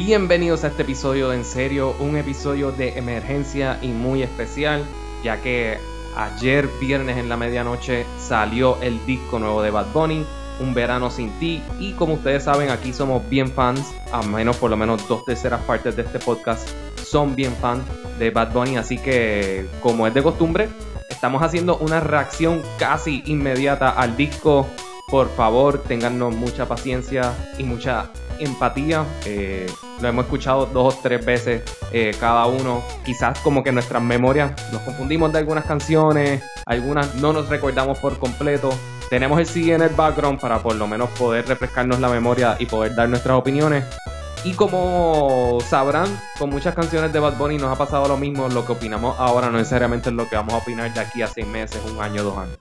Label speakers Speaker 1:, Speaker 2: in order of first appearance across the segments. Speaker 1: Bienvenidos a este episodio de En Serio, un episodio de emergencia y muy especial, ya que ayer viernes en la medianoche salió el disco nuevo de Bad Bunny, Un Verano Sin Ti, y como ustedes saben aquí somos bien fans, a menos por lo menos dos terceras partes de este podcast son bien fans de Bad Bunny, así que como es de costumbre, estamos haciendo una reacción casi inmediata al disco. Por favor, tengannos mucha paciencia y mucha empatía. eh, lo hemos escuchado dos o tres veces eh, cada uno. Quizás como que nuestras memorias nos confundimos de algunas canciones, algunas no nos recordamos por completo. Tenemos el CD en el background para por lo menos poder refrescarnos la memoria y poder dar nuestras opiniones. Y como sabrán, con muchas canciones de Bad Bunny nos ha pasado lo mismo. Lo que opinamos ahora no necesariamente es lo que vamos a opinar de aquí a seis meses, un año, dos años.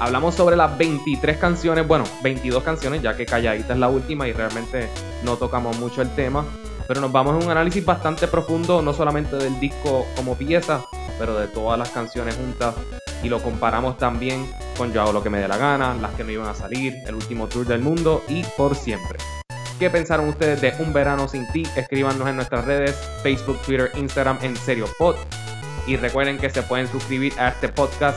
Speaker 1: Hablamos sobre las 23 canciones, bueno, 22 canciones, ya que Calladita es la última y realmente no tocamos mucho el tema. Pero nos vamos a un análisis bastante profundo, no solamente del disco como pieza, pero de todas las canciones juntas. Y lo comparamos también con Yo hago lo que me dé la gana, las que no iban a salir, el último tour del mundo y por siempre. ¿Qué pensaron ustedes de Un Verano Sin Ti? Escríbanos en nuestras redes, Facebook, Twitter, Instagram, en serio pod. Y recuerden que se pueden suscribir a este podcast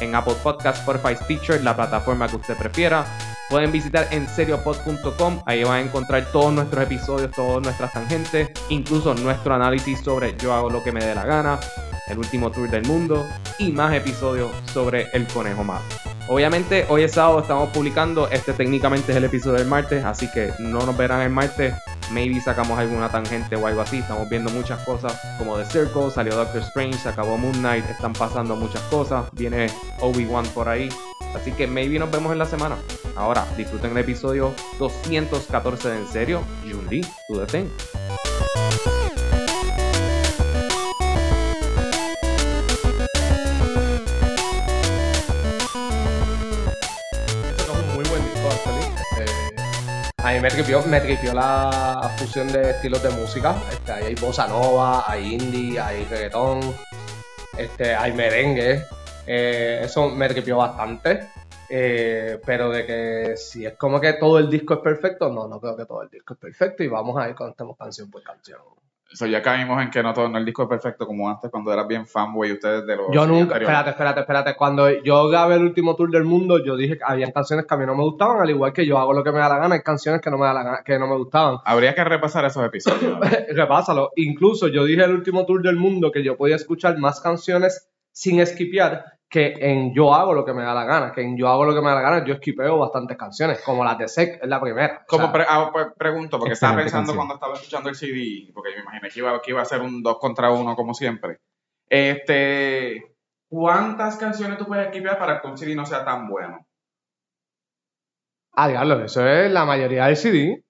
Speaker 1: en Apple Podcasts, Spotify, Stitcher, la plataforma que usted prefiera. Pueden visitar en seriopod.com, ahí van a encontrar todos nuestros episodios, todas nuestras tangentes, incluso nuestro análisis sobre Yo hago lo que me dé la gana, el último tour del mundo y más episodios sobre el conejo malo. Obviamente hoy es sábado, estamos publicando, este técnicamente es el episodio del martes, así que no nos verán el martes, maybe sacamos alguna tangente o algo así, estamos viendo muchas cosas como The Circle, salió Doctor Strange, se acabó Moon Knight, están pasando muchas cosas, viene Obi-Wan por ahí, así que maybe nos vemos en la semana. Ahora, disfruten el episodio 214 de En Serio, Jun Lee, tú detén.
Speaker 2: Este es un muy buen disco, actually. Eh, a mí me tripió, me tripió la fusión de estilos de música. Este, ahí hay bossa nova, hay indie, hay reggaetón, este, hay merengue. Eh, eso me tripió bastante. Eh, pero de que si es como que todo el disco es perfecto, no, no creo que todo el disco es perfecto. Y vamos a ir con estamos canción por canción.
Speaker 3: So, ya caímos en que no todo no el disco es perfecto como antes cuando eras bien fanboy ustedes de los
Speaker 2: Yo nunca,
Speaker 3: anteriores.
Speaker 2: espérate, espérate, espérate. Cuando yo grabé el último tour del mundo, yo dije que había canciones que a mí no me gustaban, al igual que yo hago lo que me da la gana, hay canciones que no me da la gana- que no me gustaban.
Speaker 3: Habría que repasar esos episodios.
Speaker 2: Repásalo. Incluso yo dije el último tour del mundo que yo podía escuchar más canciones sin skipear que en Yo hago lo que me da la gana. Que en Yo hago lo que me da la gana, yo skipeo bastantes canciones, como las de Sec, es la primera.
Speaker 3: Como
Speaker 2: O sea,
Speaker 3: pre- ah, pues, pregunto, porque estaba
Speaker 1: Excelente
Speaker 3: pensando
Speaker 1: canción.
Speaker 3: cuando estaba escuchando el CD, porque yo me imaginé que iba, que iba a ser un 2 contra 1 como siempre. Este, ¿Cuántas canciones tú puedes equipar para que un CD no sea tan bueno?
Speaker 2: Ah, diablo, eso es la mayoría del CD.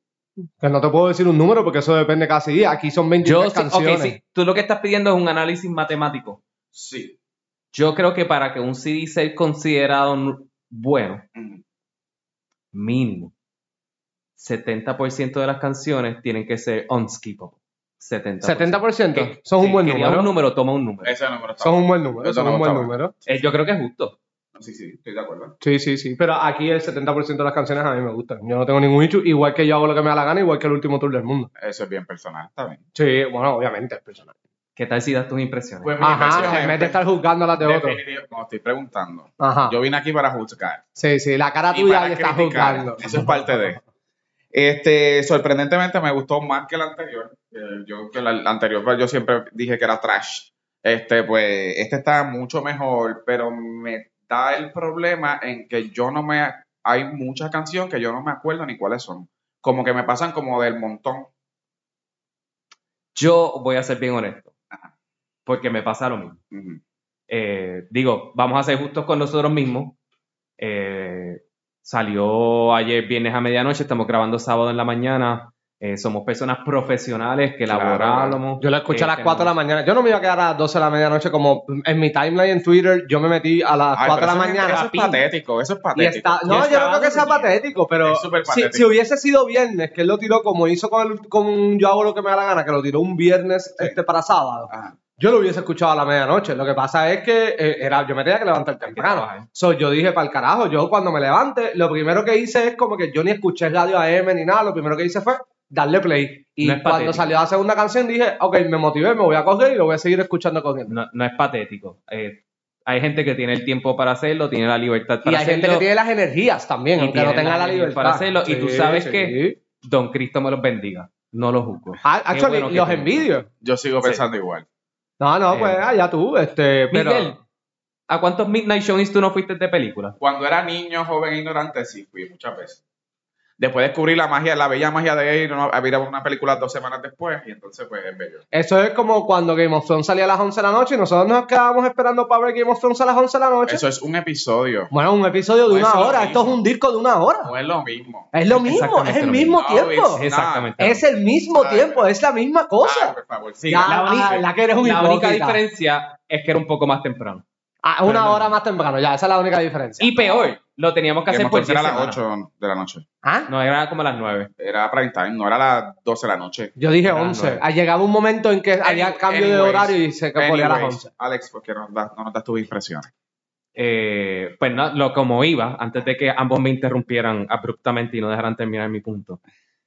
Speaker 2: Que no te puedo decir un número porque eso depende cada CD. Aquí son 23 canciones.
Speaker 1: tú lo que estás pidiendo es un análisis matemático.
Speaker 3: Sí.
Speaker 1: Yo creo que para que un CD sea considerado n- bueno,
Speaker 3: Mm.
Speaker 1: mínimo, 70% de las canciones tienen que ser unskippable. 70%.
Speaker 2: 70%
Speaker 1: Que-
Speaker 2: son un
Speaker 1: si
Speaker 2: buen
Speaker 1: querías
Speaker 2: número.
Speaker 1: un número, toma un número.
Speaker 3: Ese número está
Speaker 2: Son un
Speaker 3: bueno.
Speaker 2: buen número,
Speaker 3: Eso
Speaker 2: son
Speaker 3: no
Speaker 2: un buen
Speaker 3: estaba.
Speaker 2: número.
Speaker 1: Eh, yo creo que es justo.
Speaker 3: Sí, sí, estoy de acuerdo.
Speaker 2: Sí, sí, sí. Pero aquí el 70% de las canciones a mí me gustan. Yo no tengo ningún issue. Igual que yo hago lo que me da la gana, igual que el último tour del mundo.
Speaker 3: Eso es bien personal, está bien.
Speaker 2: Sí, bueno, obviamente es personal.
Speaker 1: ¿Qué tal si das tus impresiones?
Speaker 3: Pues, mi impresión
Speaker 2: Ajá,
Speaker 3: es-
Speaker 2: en vez de estar juzgando a las de otro. Ah.
Speaker 3: Definitivo- no, estoy preguntando.
Speaker 2: Ajá.
Speaker 3: Yo vine aquí para juzgar.
Speaker 2: Sí, sí, la cara
Speaker 3: y
Speaker 2: tuya
Speaker 3: para
Speaker 2: le está
Speaker 3: criticar.
Speaker 2: juzgando.
Speaker 3: Eso es parte de. Este, sorprendentemente me gustó más que el anterior. Eh, yo que el anterior pues, yo siempre dije que era trash. Este, pues, este está mucho mejor, pero me da el problema en que yo no me hay muchas canciones que yo no me acuerdo ni cuáles son. Como que me pasan como del montón.
Speaker 1: Yo voy a ser bien honesto. Porque me pasa lo mismo.
Speaker 3: Ujú.
Speaker 1: Eh, digo, vamos a ser justos con nosotros mismos. Eh, salió ayer viernes a medianoche, estamos grabando sábado en la mañana. Eh, somos personas profesionales que
Speaker 3: Claro.
Speaker 1: elaboramos.
Speaker 2: Yo la escuché a las
Speaker 1: Este,
Speaker 2: 4 de la mañana. Yo no me iba a quedar a las 12 de la medianoche como en mi timeline en Twitter. Yo me metí a las
Speaker 3: Ay,
Speaker 2: 4 de la
Speaker 3: pero eso es-
Speaker 2: mañana.
Speaker 3: Eso es
Speaker 2: ping,
Speaker 3: patético, eso es
Speaker 2: Y
Speaker 3: patético.
Speaker 2: está, no,
Speaker 3: Y
Speaker 2: yo no
Speaker 3: está
Speaker 2: creo que sea
Speaker 3: bien.
Speaker 2: patético, pero
Speaker 3: Es súper
Speaker 2: si,
Speaker 3: patético.
Speaker 2: si hubiese sido viernes, que él lo tiró como hizo con, el- con Yo hago lo que me da la gana, que lo tiró un viernes
Speaker 3: Sí.
Speaker 2: este para sábado,
Speaker 3: Ajá.
Speaker 2: yo lo hubiese escuchado a la medianoche. Lo que pasa es que eh, era, yo me tenía que levantar temprano. ¿eh?
Speaker 1: trabajar.
Speaker 2: So, yo dije, para el carajo, yo cuando me levante, lo primero que hice es como que yo ni escuché radio AM ni nada, lo primero que hice fue darle play. Y
Speaker 1: No es
Speaker 2: cuando
Speaker 1: patético.
Speaker 2: salió la segunda canción dije, ok, me motivé, me voy a coger y lo voy a seguir escuchando cogiendo.
Speaker 1: No, no es patético. Eh, hay gente que tiene el tiempo para hacerlo, tiene la libertad para
Speaker 2: Y hay
Speaker 1: hacerlo.
Speaker 2: gente que tiene las energías también,
Speaker 1: Y
Speaker 2: aunque no
Speaker 1: tiene
Speaker 2: tenga
Speaker 1: las
Speaker 2: la
Speaker 1: energías
Speaker 2: libertad.
Speaker 1: para hacerlo, y tú sabes
Speaker 2: que...
Speaker 1: Don Cristo me los bendiga. No los juzgo.
Speaker 2: Ah, Actually,
Speaker 1: bueno que
Speaker 2: los
Speaker 1: tenga.
Speaker 2: envidio.
Speaker 3: Yo sigo
Speaker 1: Sí.
Speaker 3: pensando igual.
Speaker 2: No, no,
Speaker 1: Eh,
Speaker 2: pues ah, ya tú, este, pero...
Speaker 1: Miguel, ¿a cuántos Midnight Showings tú no fuiste de película?
Speaker 3: Cuando era niño, joven, e ignorante, sí fui muchas veces. Después descubrí la magia, la bella magia de ir a una- a ver una película dos semanas después y entonces pues es bello.
Speaker 2: Eso es como cuando Game of Thrones salía a las 11 de la noche y nosotros nos quedábamos esperando para ver Game of Thrones a las 11 de la noche.
Speaker 3: Eso es un episodio,
Speaker 2: Bueno, un episodio de
Speaker 3: Pues
Speaker 2: una
Speaker 3: eso es lo
Speaker 2: hora. Esto es
Speaker 3: mismo.
Speaker 2: un disco de una hora.
Speaker 3: no es lo mismo.
Speaker 2: Es lo mismo, es
Speaker 1: Exactamente
Speaker 2: el
Speaker 1: lo Ah,
Speaker 2: mismo
Speaker 3: No,
Speaker 2: tiempo.
Speaker 3: it's-
Speaker 1: Exactamente.
Speaker 2: Es el mismo
Speaker 3: Ay,
Speaker 2: tiempo, es la misma
Speaker 3: Ay,
Speaker 2: cosa.
Speaker 3: Ah, por favor, sí.
Speaker 2: Ya,
Speaker 1: la única-
Speaker 2: la que eres un
Speaker 1: la única
Speaker 2: hipócrita.
Speaker 1: diferencia es que era un poco más temprano.
Speaker 2: Ah, una
Speaker 1: Pero no.
Speaker 2: hora más temprano, ya, esa es la única diferencia.
Speaker 1: Y peor, lo teníamos que
Speaker 3: Game
Speaker 1: hacer
Speaker 3: of
Speaker 1: por
Speaker 3: Thrones
Speaker 1: 10
Speaker 3: era a las
Speaker 1: semanas.
Speaker 3: 8 de la noche.
Speaker 2: ¿Ah?
Speaker 1: No, era como a las 9.
Speaker 3: Era prime time, no era a las 12 de la noche.
Speaker 2: Yo dije
Speaker 1: Ah,
Speaker 2: 11.
Speaker 1: nueve.
Speaker 2: Ah, Llegaba un momento en que había
Speaker 3: Any-
Speaker 2: cambio de
Speaker 3: anyways,
Speaker 2: horario y se ponía a las
Speaker 3: Anyways,
Speaker 2: 11.
Speaker 3: Alex, ¿por qué no das, no nos das tus impresiones?
Speaker 1: eh, pues no, lo como iba, antes de que ambos me interrumpieran abruptamente y no dejaran terminar mi punto.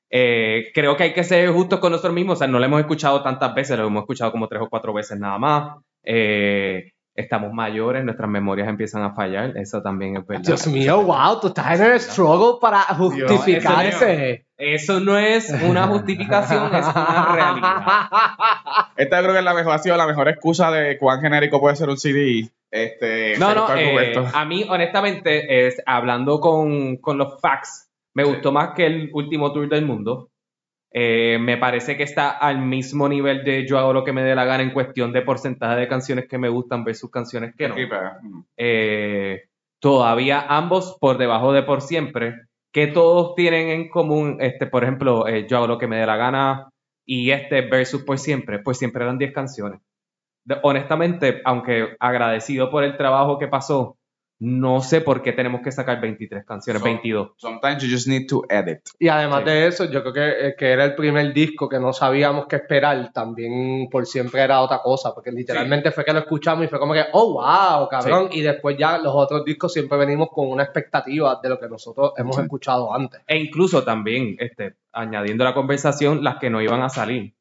Speaker 1: Eh, creo que hay que ser justos con nosotros mismos, o sea, no lo hemos escuchado tantas veces, lo hemos escuchado como tres o cuatro veces nada más. Eh, estamos mayores, nuestras memorias empiezan a fallar, eso también es verdad.
Speaker 2: Dios mío, wow, tú estás en el struggle para justificar
Speaker 1: Dios, eso
Speaker 2: ese.
Speaker 1: Eso no es una justificación, es una realidad.
Speaker 3: Esta creo que es la mejor, ha sido la mejor excusa de cuán genérico puede ser un CD. Este,
Speaker 1: No, no,
Speaker 3: respecto al
Speaker 1: eh,
Speaker 3: Roberto.
Speaker 2: ah,
Speaker 1: a mí honestamente, es, hablando con, con los facts, me gustó más que el último tour del mundo. Eh, me parece que está al mismo nivel de yo hago lo que me dé la gana en cuestión de porcentaje de canciones que me gustan versus canciones que no.
Speaker 3: Sí, pero, mm.
Speaker 1: Eh, todavía ambos por debajo de por siempre, que todos tienen en común, este, por ejemplo, eh, yo hago lo que me dé la gana y este versus por siempre, pues siempre eran 10 canciones. De- honestamente, aunque agradecido por el trabajo que pasó, no sé por qué tenemos que sacar 23 canciones,
Speaker 3: So-
Speaker 1: 22.
Speaker 3: Sometimes you just need to edit.
Speaker 2: Y además
Speaker 1: Sí.
Speaker 2: de eso, yo creo que, eh, que era el primer disco que no sabíamos qué esperar, también por siempre era otra cosa, porque literalmente fue que lo escuchamos y fue como que, oh, wow, cabrón, y después ya los otros discos siempre venimos con una expectativa de lo que nosotros hemos
Speaker 3: Sí.
Speaker 2: escuchado antes.
Speaker 1: E incluso también, este, añadiendo a la conversación, las que no iban a salir.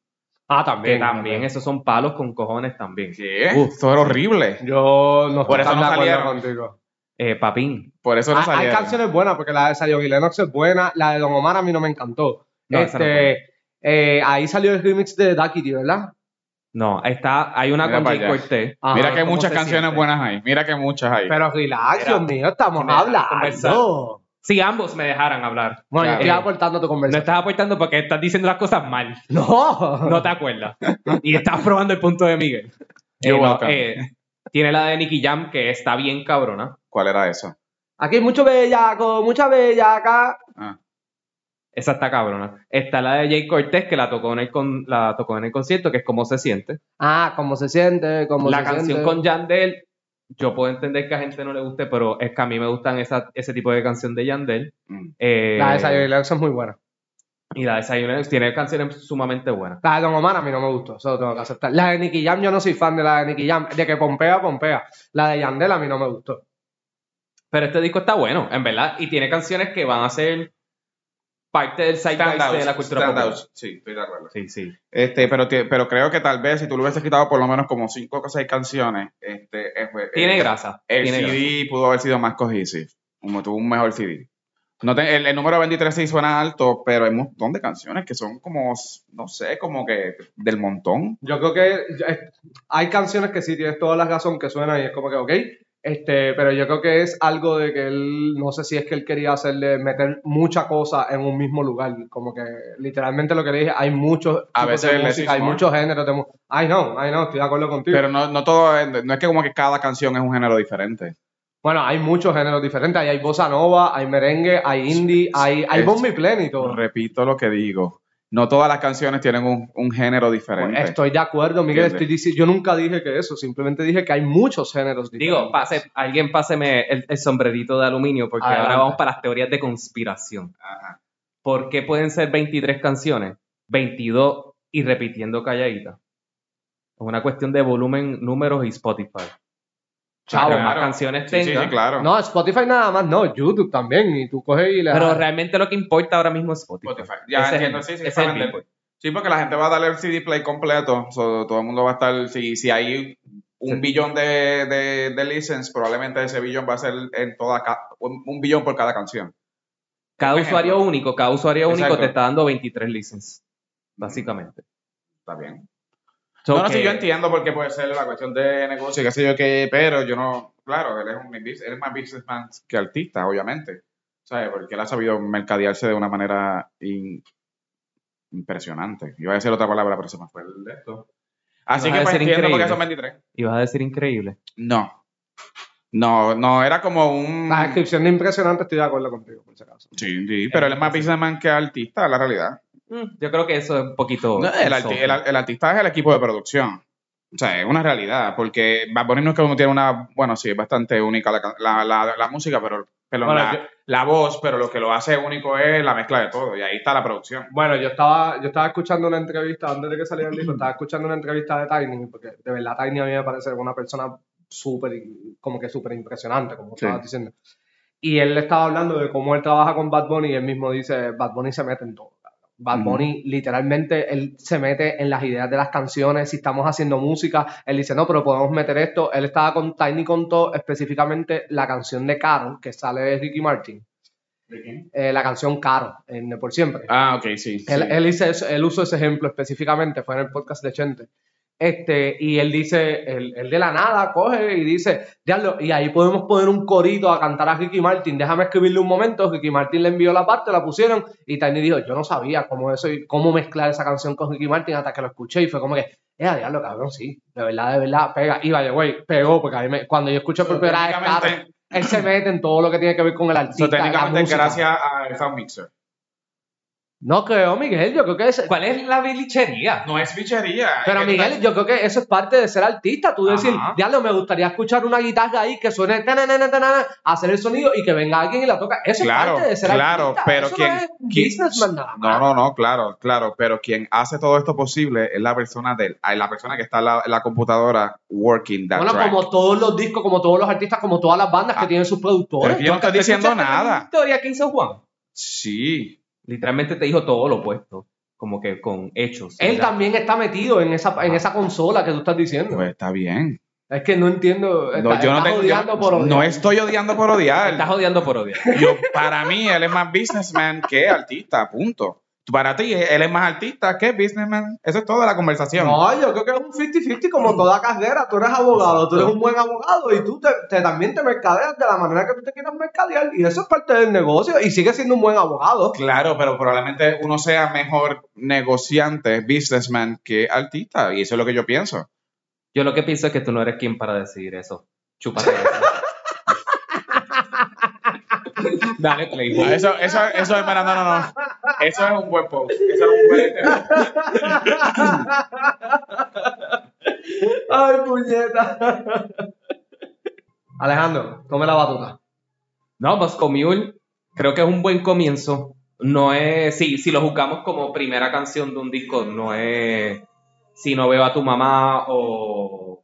Speaker 2: Ah,
Speaker 1: Que también esos son palos con cojones también.
Speaker 3: ¿Qué?
Speaker 1: Uf.
Speaker 3: Esto era horrible.
Speaker 2: Yo no
Speaker 3: Por eso
Speaker 2: estoy tan
Speaker 3: no
Speaker 2: de acuerdo
Speaker 3: salieron.
Speaker 2: contigo.
Speaker 1: Eh, papín,
Speaker 3: Por eso no
Speaker 2: Ah, hay
Speaker 3: salieron.
Speaker 2: canciones buenas, porque la de Sayo y Lennox es buena, la de Don Omar a mí no me encantó.
Speaker 1: No, esa no
Speaker 2: este, eh, ahí salió el remix de Ducky, ¿verdad?
Speaker 1: no, está, hay una
Speaker 3: Mira
Speaker 1: con
Speaker 3: para
Speaker 1: Jay
Speaker 3: allá.
Speaker 1: Cortés.
Speaker 2: Ajá.
Speaker 3: Mira que hay
Speaker 1: ¿cómo
Speaker 3: muchas
Speaker 1: se
Speaker 3: canciones
Speaker 1: siente?
Speaker 3: buenas hay. Mira que muchas hay.
Speaker 2: Pero relax,
Speaker 1: Mira,
Speaker 2: Dios mío, estamos
Speaker 1: mira,
Speaker 2: hablando.
Speaker 1: conversar. Si ambos me dejaran hablar.
Speaker 2: Bueno, pues, yo
Speaker 1: Claro.
Speaker 2: estoy aportando tu
Speaker 1: No
Speaker 2: conversación.
Speaker 1: estás aportando porque estás diciendo las cosas mal.
Speaker 2: No,
Speaker 1: No te acuerdas. Y estás probando el punto de Miguel. Eh,
Speaker 3: You're
Speaker 1: no,
Speaker 3: welcome.
Speaker 1: eh, tiene la de Nicky Jam que está bien cabrona.
Speaker 3: ¿Cuál era eso?
Speaker 2: Aquí hay mucho bellaco, mucha bellaca.
Speaker 3: Ah.
Speaker 1: Esa está cabrona. Está la de Jay Cortés que la tocó en el, con- la tocó en el concierto, que es Cómo se siente.
Speaker 2: Ah, cómo se siente, cómo
Speaker 1: La
Speaker 2: se
Speaker 1: canción
Speaker 2: siente.
Speaker 1: con Yandel, yo puedo entender que a gente no le guste, pero es que a mí me gustan esa- ese tipo de canción de Yandel.
Speaker 3: Mm.
Speaker 1: Eh,
Speaker 2: La de Sayo y Lennox es muy buena.
Speaker 1: y la de Sayonara tiene canciones sumamente buenas.
Speaker 2: La de Don Omar a mí no me gustó, eso lo tengo que aceptar. La de Nicky Jam, yo no soy fan de la de Nicky Jam. De que Pompea, Pompea. La de Yandel a mí no me gustó.
Speaker 1: Pero este disco está bueno, en verdad, y tiene canciones que van a ser parte del zeitgeist de la cultura popular.
Speaker 3: Standouts. Sí, estoy de acuerdo.
Speaker 1: Sí, sí.
Speaker 3: Este, pero, te- pero creo que tal vez si tú le hubieses quitado por lo menos como cinco o seis canciones, este, es-
Speaker 1: Tiene
Speaker 3: el-
Speaker 1: grasa.
Speaker 3: El
Speaker 1: tiene
Speaker 3: CD pudo haber sido más cohesivo, como tuvo un mejor CD. No te- el, el número 23 sí suena alto, pero hay un montón de canciones que son como, no sé, como que del montón.
Speaker 2: Yo creo que eh, hay canciones que sí tienes toda la razón que suenan y es como que, ok, este, pero yo creo que es algo de que él, no sé si es que él quería hacerle meter mucha cosa en un mismo lugar, como que literalmente lo que le dije, hay muchos
Speaker 3: A
Speaker 2: tipos de
Speaker 3: veces less
Speaker 2: música,
Speaker 3: is
Speaker 2: hay
Speaker 3: more.
Speaker 2: muchos géneros de música. Ay no, ay no, estoy de acuerdo contigo.
Speaker 3: Pero no, no todo, es- no es que como que cada canción es un género diferente.
Speaker 2: bueno, hay muchos géneros diferentes, ahí hay bossa nova, hay merengue, hay indie, hay, hay
Speaker 3: es-
Speaker 2: bomba y plénito.
Speaker 3: Repito lo que digo. No todas las canciones tienen un, un género diferente.
Speaker 1: Pues
Speaker 2: Estoy de acuerdo, Miguel,
Speaker 3: Entiende.
Speaker 2: estoy dici- yo nunca dije que eso, simplemente dije que hay muchos géneros diferentes.
Speaker 1: Digo, pase, alguien páseme el, el sombrerito de aluminio porque
Speaker 2: Adelante.
Speaker 1: ahora vamos para las teorías de conspiración.
Speaker 3: Ah, Ajá.
Speaker 1: ¿Por qué pueden ser 23 canciones, 22 y repitiendo calladita? Es una cuestión de volumen, números y Spotify.
Speaker 2: Chavo,
Speaker 1: Entre más
Speaker 3: claro.
Speaker 1: canciones
Speaker 3: Sí, sí,
Speaker 1: tenga.
Speaker 3: sí, claro.
Speaker 2: No, Spotify nada más, no, YouTube también. Y tú coges y le
Speaker 1: Pero
Speaker 2: das-
Speaker 1: realmente lo que importa ahora mismo es Spotify.
Speaker 3: Spotify. Ya
Speaker 1: Ese es
Speaker 3: entiendo,
Speaker 1: el- pues.
Speaker 3: sí,
Speaker 1: ese
Speaker 3: sí,
Speaker 1: es
Speaker 3: para
Speaker 1: el
Speaker 3: vender.
Speaker 1: billboard.
Speaker 3: Sí, porque la gente va a darle el CD play completo. so, todo el mundo va a estar. Si, si hay un
Speaker 2: Sí.
Speaker 3: billón de, de, de listens, probablemente ese billón va a ser en toda. ca- Un, un billón por cada canción.
Speaker 1: Cada
Speaker 3: Por
Speaker 1: usuario
Speaker 3: ejemplo.
Speaker 1: único, cada usuario único
Speaker 3: Exacto.
Speaker 1: te está dando 23 licenses, básicamente.
Speaker 3: Está bien.
Speaker 1: So
Speaker 3: no, no,
Speaker 1: que-
Speaker 3: sí, yo entiendo porque puede ser la cuestión de negocio, qué sé yo qué, pero yo no. Claro, él es, un, business- él es más businessman que artista, obviamente. ¿Sabes? Porque él ha sabido mercadearse de una manera in- impresionante. Iba a decir otra palabra, pero se me fue el de esto. Así
Speaker 1: Ibas
Speaker 3: que
Speaker 1: a
Speaker 3: pues
Speaker 1: decir
Speaker 3: entiendo
Speaker 1: increíble.
Speaker 3: porque son 23.
Speaker 1: Ibas a decir increíble.
Speaker 3: No. No, no, era como un.
Speaker 2: La descripción de impresionante estoy de acuerdo contigo, por si acaso.
Speaker 3: Sí, sí, pero él es más businessman que artista, la realidad.
Speaker 1: Mm, Yo creo que eso es un poquito.
Speaker 3: No, el, arti- el ar- el artista es el equipo de producción. O sea, es una realidad, porque Bad Bunny no es que uno tiene una. Bueno, sí, es bastante única la, can- la, la- la música, pero, pero
Speaker 2: Bueno,
Speaker 3: la,
Speaker 2: yo-
Speaker 3: la voz, pero lo que lo hace único es la mezcla de todo, y ahí está la producción.
Speaker 2: Bueno, yo estaba, yo estaba escuchando una entrevista, antes de que saliera el disco, estaba escuchando una entrevista de Tiny, porque de verdad Tiny a mí me parece una persona súper, in- como que súper impresionante, como
Speaker 3: Sí.
Speaker 2: estabas diciendo. Y él estaba hablando de cómo él trabaja con Bad Bunny y él mismo dice, Bad Bunny se mete en todo. cabrón. Bad
Speaker 3: Ujú.
Speaker 2: Bunny literalmente, él se mete en las ideas de las canciones, si estamos haciendo música, él dice, no, pero podemos meter esto. Él estaba con Tiny contó específicamente la canción de Caro, que sale de Ricky Martin, eh, la canción Caro, en De Por Siempre.
Speaker 3: Ah, ok, sí. sí.
Speaker 2: Él, él, hizo eso- él usó ese ejemplo específicamente, fue en el podcast de Chente. Este, y él dice, él, él de la nada coge y dice, "Diablo, y ahí podemos poner un corito a cantar a Ricky Martin, déjame escribirle un momento, Ricky Martin le envió la parte, la pusieron, y Tiny dijo, yo no sabía cómo eso, y cómo mezclar esa canción con Ricky Martin hasta que lo escuché, y fue como que, ya, diablo, cabrón, sí, de verdad, de verdad, pega, y vaya, güey, pegó, porque a mí me- cuando yo escuché por primera vez,
Speaker 3: Técnicamente-
Speaker 2: Caro, él se mete en todo lo que tiene que ver con el artista,
Speaker 3: so,
Speaker 2: la
Speaker 3: técnicamente,
Speaker 2: música.
Speaker 3: gracias a Sound Mixer.
Speaker 2: No creo, Miguel, yo creo que es,
Speaker 1: ¿Cuál es la bilichería?
Speaker 3: No es fichería.
Speaker 2: Pero
Speaker 3: es que tú
Speaker 2: Miguel, yo creo que eso es parte de ser artista. Tú
Speaker 3: Ajá.
Speaker 2: decir, diablo, me gustaría escuchar una guitarra ahí que suene, tananana, tanana", hacer el sonido y que venga alguien y la toca. Eso
Speaker 3: Claro,
Speaker 2: es parte de ser
Speaker 3: claro,
Speaker 2: artista.
Speaker 3: pero
Speaker 2: eso
Speaker 3: ¿quién-
Speaker 2: no es
Speaker 3: quién-
Speaker 2: businessman nada más.
Speaker 3: No, no, no, claro, claro, pero quien hace todo esto posible es la persona del, ay, la persona que está en la, en la computadora working that
Speaker 2: Bueno,
Speaker 3: track.
Speaker 2: como todos los discos, como todos los artistas, como todas las bandas que
Speaker 3: Ah,
Speaker 2: tienen sus
Speaker 3: pero
Speaker 2: productores.
Speaker 3: yo no estoy diciendo nada.
Speaker 1: historia que hizo Juan?
Speaker 3: Sí,
Speaker 1: Literalmente te dijo todo lo opuesto, como que con hechos.
Speaker 2: Él
Speaker 1: ¿verdad?
Speaker 2: también está metido en esa, en
Speaker 1: Ajá.
Speaker 2: esa consola que tú estás diciendo.
Speaker 3: pues está bien.
Speaker 2: es que no entiendo.
Speaker 3: No,
Speaker 2: está-
Speaker 3: yo no,
Speaker 2: Pues estás
Speaker 3: tengo,
Speaker 2: odiando
Speaker 3: yo-
Speaker 2: por odiar.
Speaker 3: no estoy odiando por
Speaker 1: Estás
Speaker 3: odiar.
Speaker 1: odiando por odiar.
Speaker 3: Yo, para mí, él es más businessman que artista, punto. Para ti, él es más artista que businessman. Eso es toda la conversación.
Speaker 2: No, yo creo que es un 50-50 como toda carrera. Tú eres abogado, tú eres un buen abogado y tú te, te- también te mercadeas de la manera que tú te quieras mercadear. Y eso es parte del negocio y sigues siendo un buen abogado.
Speaker 3: Claro, pero probablemente uno sea mejor negociante, businessman que artista. Y eso es lo que yo pienso.
Speaker 1: Yo lo que pienso es que tú no eres quien para decidir eso. Chúpate eso. Dale,
Speaker 3: No,
Speaker 1: Playboy.
Speaker 3: Ah, Eso, eso, eso es, mira, no, no, no. Eso es un buen post. Eso es un buen
Speaker 2: Ay, puñeta. Alejandro, tome la batuta.
Speaker 1: No, Bosco Mule creo que es un buen comienzo. No es, sí, si lo juzgamos como primera canción de un disco, no es Si no veo a tu mamá o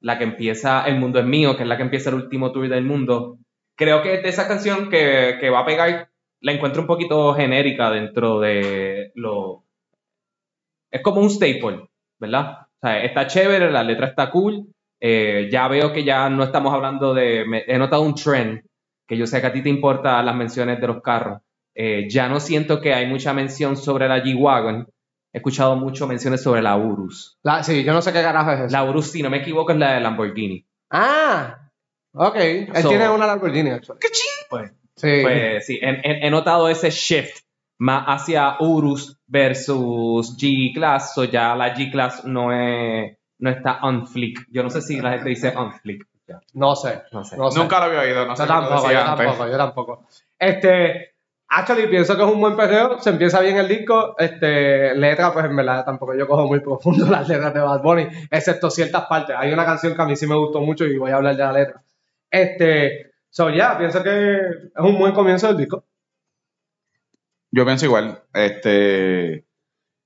Speaker 1: la que empieza El mundo es mío, que es la que empieza el último tour del mundo. Creo que de esa canción que, que va a pegar, la encuentro un poquito genérica dentro de lo... Es como un staple, ¿verdad? O sea, está chévere, la letra está cool, eh, ya veo que ya no estamos hablando de. me- he notado un trend que yo sé que a ti te importa las menciones de los carros. Eh, ya no siento que hay mucha mención sobre la G-Wagon. He escuchado mucho menciones sobre la Urus.
Speaker 2: La- sí, yo no sé qué carajo es eso.
Speaker 1: La Urus, si no me equivoco, es la de Lamborghini.
Speaker 2: Ah, ok. Él
Speaker 1: So-
Speaker 2: tiene una Lamborghini, actually.
Speaker 1: Pues,
Speaker 2: Sí.
Speaker 1: pues sí, he, he- he notado ese shift más hacia Urus versus G-Class. O ya la G-Class no, es, no está on flick. Yo no sé si la gente dice on flick. Ya,
Speaker 2: no sé.
Speaker 1: No sé.
Speaker 2: No sé.
Speaker 3: Nunca lo había oído, no
Speaker 2: Yo
Speaker 3: sé qué lo
Speaker 2: tampoco,
Speaker 3: decía
Speaker 2: yo
Speaker 3: antes.
Speaker 2: tampoco, yo tampoco. Este, actually, pienso que es un buen perreo, se empieza bien el disco, este, letra, pues en verdad tampoco yo cojo muy profundo las letras de Bad Bunny, excepto ciertas partes. Hay una canción que a mí sí me gustó mucho y voy a hablar de la letra. Este, so ya, pienso que es un buen comienzo del disco.
Speaker 3: Yo pienso igual. Este,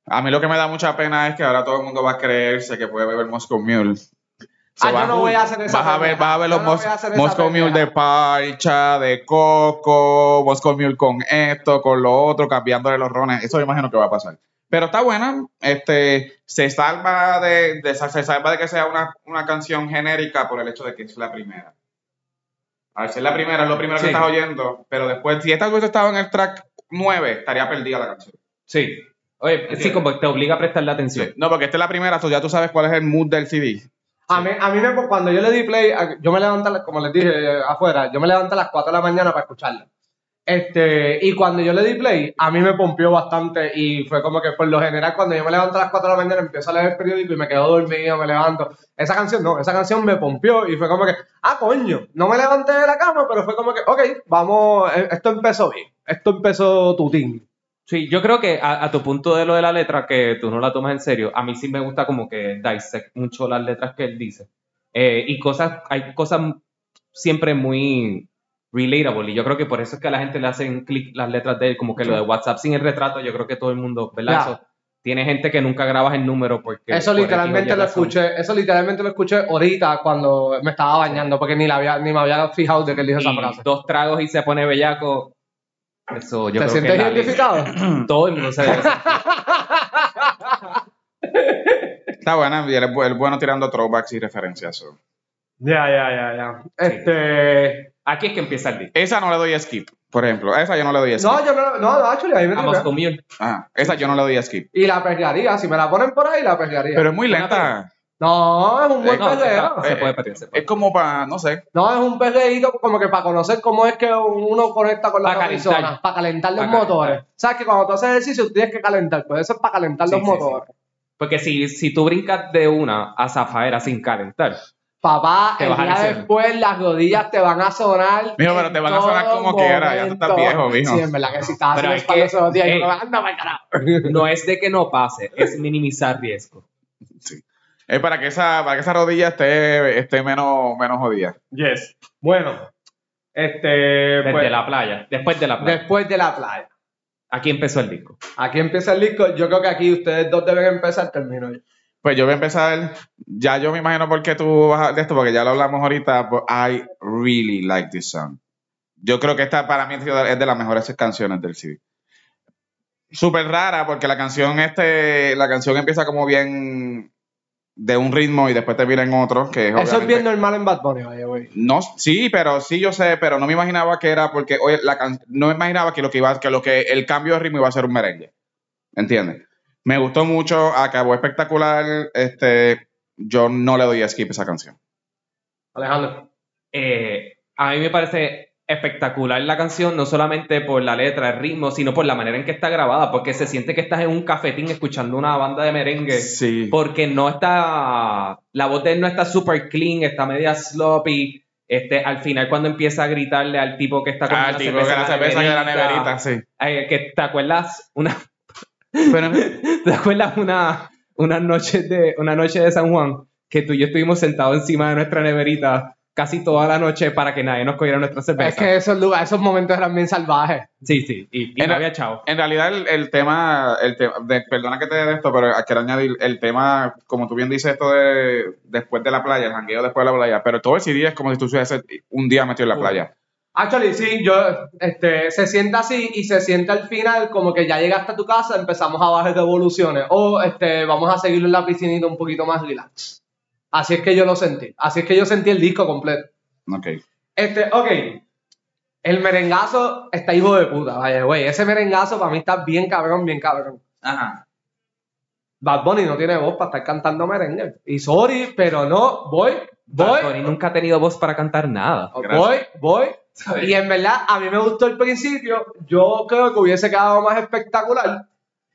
Speaker 3: a mí lo que me da mucha pena es que ahora todo el mundo va a creerse que puede beber Moscow Mule. So,
Speaker 2: Ah, yo
Speaker 3: vas-
Speaker 2: no voy a hacer esa
Speaker 3: Vas a ver,
Speaker 2: pendeja.
Speaker 3: vas a ver
Speaker 2: Yo
Speaker 3: los
Speaker 2: no
Speaker 3: Mos-
Speaker 2: voy a hacer esa
Speaker 3: Moscow Mule
Speaker 2: pendeja.
Speaker 3: de parcha, de coco, Moscow Mule con esto, con lo otro, cambiándole los rones. Eso me imagino que va a pasar. Pero está buena, este, se salva de, de- se salva de que sea una, una canción genérica por el hecho de que es la primera. Al ser la primera, es lo primero
Speaker 1: Sí.
Speaker 3: que estás oyendo, pero después, si esta hubiese estado en el track 9, estaría perdida la canción.
Speaker 1: Sí. Oye, sí, como que te obliga a prestarle atención.
Speaker 3: No, porque esta es la primera, so ya tú sabes cuál es el mood del CD.
Speaker 2: A mí, a mí me, cuando yo le di play, a- yo me levanto, a la- como les dije eh, afuera, yo me levanto a las 4 de la mañana para escucharla. Este, y cuando yo le di play, a mí me pompió bastante y fue como que por lo general cuando yo me levanto a las 4 de la mañana empiezo a leer el periódico y me quedo dormido, me levanto. Esa canción no, esa canción me pompió y fue como que, ah, coño, no me levanté de la cama, pero fue como que, ok, vamos, eh, esto empezó bien, esto empezó tutín.
Speaker 1: Sí, yo creo que a, a tu punto de lo de la letra, que tú no la tomas en serio, a mí sí me gusta como que dissect mucho las letras que él dice. Eh, y cosas, hay cosas siempre muy relatable. Y yo creo que por eso es que a la gente le hacen clic las letras de él, como que lo de WhatsApp sin el retrato, yo creo que todo el mundo, ¿verdad?
Speaker 2: Ya.
Speaker 1: Eso, tiene gente que nunca grabas el número porque...
Speaker 2: Eso
Speaker 1: por X o
Speaker 2: literalmente
Speaker 1: Y
Speaker 2: lo
Speaker 1: razón.
Speaker 2: escuché, eso literalmente lo escuché ahorita cuando me estaba bañando, porque ni la había, ni me había fijado de que él dijo esa
Speaker 1: Y
Speaker 2: frase.
Speaker 1: dos tragos y se pone bellaco. Eso, yo
Speaker 2: ¿Te
Speaker 1: creo
Speaker 2: sientes
Speaker 1: que es la ley.
Speaker 2: identificado?
Speaker 1: Todo el mundo se debe sentir.
Speaker 3: Está buena, y él es bu- él es bueno tirando throwbacks y referencias. so.
Speaker 2: Ya, ya, ya, ya. Este.
Speaker 1: Aquí es que empieza el disco.
Speaker 3: Esa no le doy skip, por ejemplo. A Esa yo no le doy skip.
Speaker 2: No, yo no, no, actually, ahí me
Speaker 1: Vamos
Speaker 2: tripeé.
Speaker 1: con Mule.
Speaker 3: Ajá, esa yo no le doy skip.
Speaker 2: Y la perrearía, si me la ponen por ahí, la perrearía.
Speaker 3: Pero es muy
Speaker 1: Una
Speaker 3: lenta.
Speaker 2: no, es un buen
Speaker 1: No,
Speaker 2: perreo.
Speaker 1: está- se
Speaker 3: Eh,
Speaker 1: puede
Speaker 3: eh,
Speaker 1: perder, se puede.
Speaker 3: Es como para, no sé.
Speaker 2: No, es un perreíto como que para conocer cómo es que uno conecta con la
Speaker 1: Pa'
Speaker 2: otra
Speaker 1: calentar.
Speaker 2: persona, para calentar los
Speaker 1: Pa' calentar.
Speaker 2: motores. Sabes que cuando tú haces ejercicio, tú tienes que calentar, pues eso es para calentar
Speaker 1: Sí,
Speaker 2: los
Speaker 1: sí, sí.
Speaker 2: motores.
Speaker 1: Porque si, si tú brincas de una a Zafaera sin calentar,
Speaker 2: Papá,
Speaker 1: Te
Speaker 2: el
Speaker 1: vas a
Speaker 2: día
Speaker 1: lesionar.
Speaker 2: después las rodillas te van a sonar.
Speaker 3: Mijo, pero te van a
Speaker 2: en
Speaker 3: sonar
Speaker 2: todo
Speaker 3: como quiera, ya tú estás
Speaker 2: momento.
Speaker 3: viejo, mijo.
Speaker 2: Sí, en verdad que eh, si estás
Speaker 1: Pero
Speaker 2: haciendo
Speaker 1: es
Speaker 2: espalda
Speaker 1: que-
Speaker 2: esos días,
Speaker 1: ey.
Speaker 2: yo me voy, anda, pa'l carajo.
Speaker 1: no es de que no pase, es minimizar riesgo.
Speaker 3: Es para que esa, para que esa rodilla esté, esté menos, menos jodida.
Speaker 2: Yes. Bueno, este.
Speaker 1: Desde
Speaker 2: pues,
Speaker 1: la playa, después de la playa.
Speaker 2: después de la playa.
Speaker 1: Aquí empezó el disco.
Speaker 2: Aquí empieza el disco. Yo creo que aquí ustedes dos deben empezar. Termino yo.
Speaker 3: Pues yo voy a empezar. Ya yo me imagino por qué tú vas a de esto, porque ya lo hablamos ahorita. but I really like this song. Yo creo que esta para mí es de las mejores canciones del CD. Súper rara, porque la canción, este, la canción empieza como bien de un ritmo y después te viene en otro. Que es
Speaker 2: Eso es
Speaker 3: obviamente-
Speaker 2: bien normal en Bad Bunny, oye, güey.
Speaker 3: No, sí, pero sí yo sé, pero no me imaginaba que era porque oye, la can- no me imaginaba que lo que iba que lo que el cambio de ritmo iba a ser un merengue. ¿Entiendes? Me gustó mucho, acabó espectacular, este yo no le doy skip a esa canción.
Speaker 2: Alejandro.
Speaker 1: Eh, a mí me parece espectacular la canción, no solamente por la letra, el ritmo, sino por la manera en que está grabada, porque se siente que estás en un cafetín escuchando una banda de merengue.
Speaker 3: Sí.
Speaker 1: porque no está, la voz de él no está super clean, está media sloppy. Este, al final cuando empieza a gritarle al tipo que está con
Speaker 3: Ah,
Speaker 1: la
Speaker 3: tipo, que la cerveza que la neverita, sí.
Speaker 1: eh, que te acuerdas una,
Speaker 3: Pero
Speaker 1: te acuerdas una, una noche de, una noche de San Juan que tú y yo estuvimos sentados encima de nuestra neverita casi toda la noche para que nadie nos cogiera nuestra cerveza.
Speaker 2: Es que esos, lugares, esos momentos eran bien salvajes.
Speaker 1: Sí, sí, y, y
Speaker 3: Era-
Speaker 1: no había chao.
Speaker 3: en realidad el, el tema, el tema de- perdona que te dé esto, pero quiero añadir el tema, como tú bien dices, esto de después de la playa, el jangueo después de la playa, pero todo el CD es como si tú estuvieses un día metido en la
Speaker 1: Uy.
Speaker 3: playa.
Speaker 2: Actually, sí, yo, este, se sienta así y se sienta al final como que ya llegaste a tu casa, empezamos a bajar revoluciones o este, vamos a seguirlo en la piscinita un poquito más relax. Así es que yo lo sentí, así es que yo sentí el disco completo.
Speaker 3: Ok.
Speaker 2: Este, ok, el merengazo está hijo de puta, vaya, güey, ese merengazo para mí está bien cabrón, bien cabrón.
Speaker 3: Ajá.
Speaker 2: Bad Bunny no tiene voz para estar cantando merengue. Y sorry, pero no, voy, voy,
Speaker 1: Bad Bunny nunca ha tenido voz para cantar nada.
Speaker 3: Gracias.
Speaker 2: Voy, voy. Y en verdad, a mí me gustó el principio. Yo creo que hubiese quedado más espectacular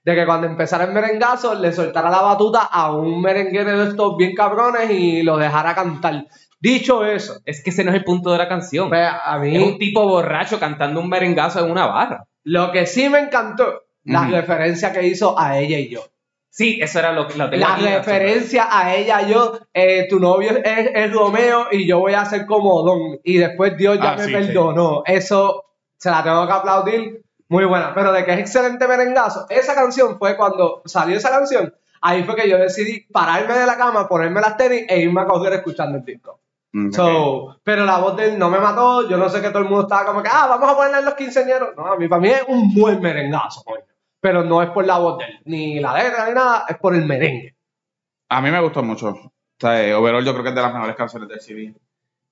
Speaker 2: de que cuando empezara el merengazo le soltara la batuta a un merenguero de estos bien cabrones y lo dejara cantar. Dicho eso,
Speaker 1: Es que ese no es el punto de la canción.
Speaker 2: pues, a
Speaker 1: Es un
Speaker 2: mí
Speaker 1: tipo borracho cantando un merengazo en una barra.
Speaker 2: lo que sí me encantó, la
Speaker 3: Ujú.
Speaker 2: referencia que hizo a ella y yo.
Speaker 1: Sí, eso era lo que lo tengo
Speaker 2: La
Speaker 1: aquí,
Speaker 2: referencia a ella, yo, eh, tu novio es, es Romeo y yo voy a ser como Don. Y después Dios ya
Speaker 3: Ah,
Speaker 2: me
Speaker 3: sí,
Speaker 2: perdonó. Eso se la tengo que aplaudir. Muy buena. Pero de que es excelente merengazo. Esa canción fue cuando salió esa canción. ahí fue que yo decidí pararme de la cama, ponerme las tenis e irme a coger escuchando el disco.
Speaker 3: Mm, ok.
Speaker 2: So, pero la voz de él no me mató, yo no sé que todo el mundo estaba como que, ah, vamos a ponerle a los quinceañeros. No, a mí para mí es un buen merengazo, coño. Pero no es por la voz de él, ni la letra, ni nada, es por el merengue.
Speaker 3: A mí me gustó mucho. O sea, eh, overall yo creo que es de las mejores canciones del CD.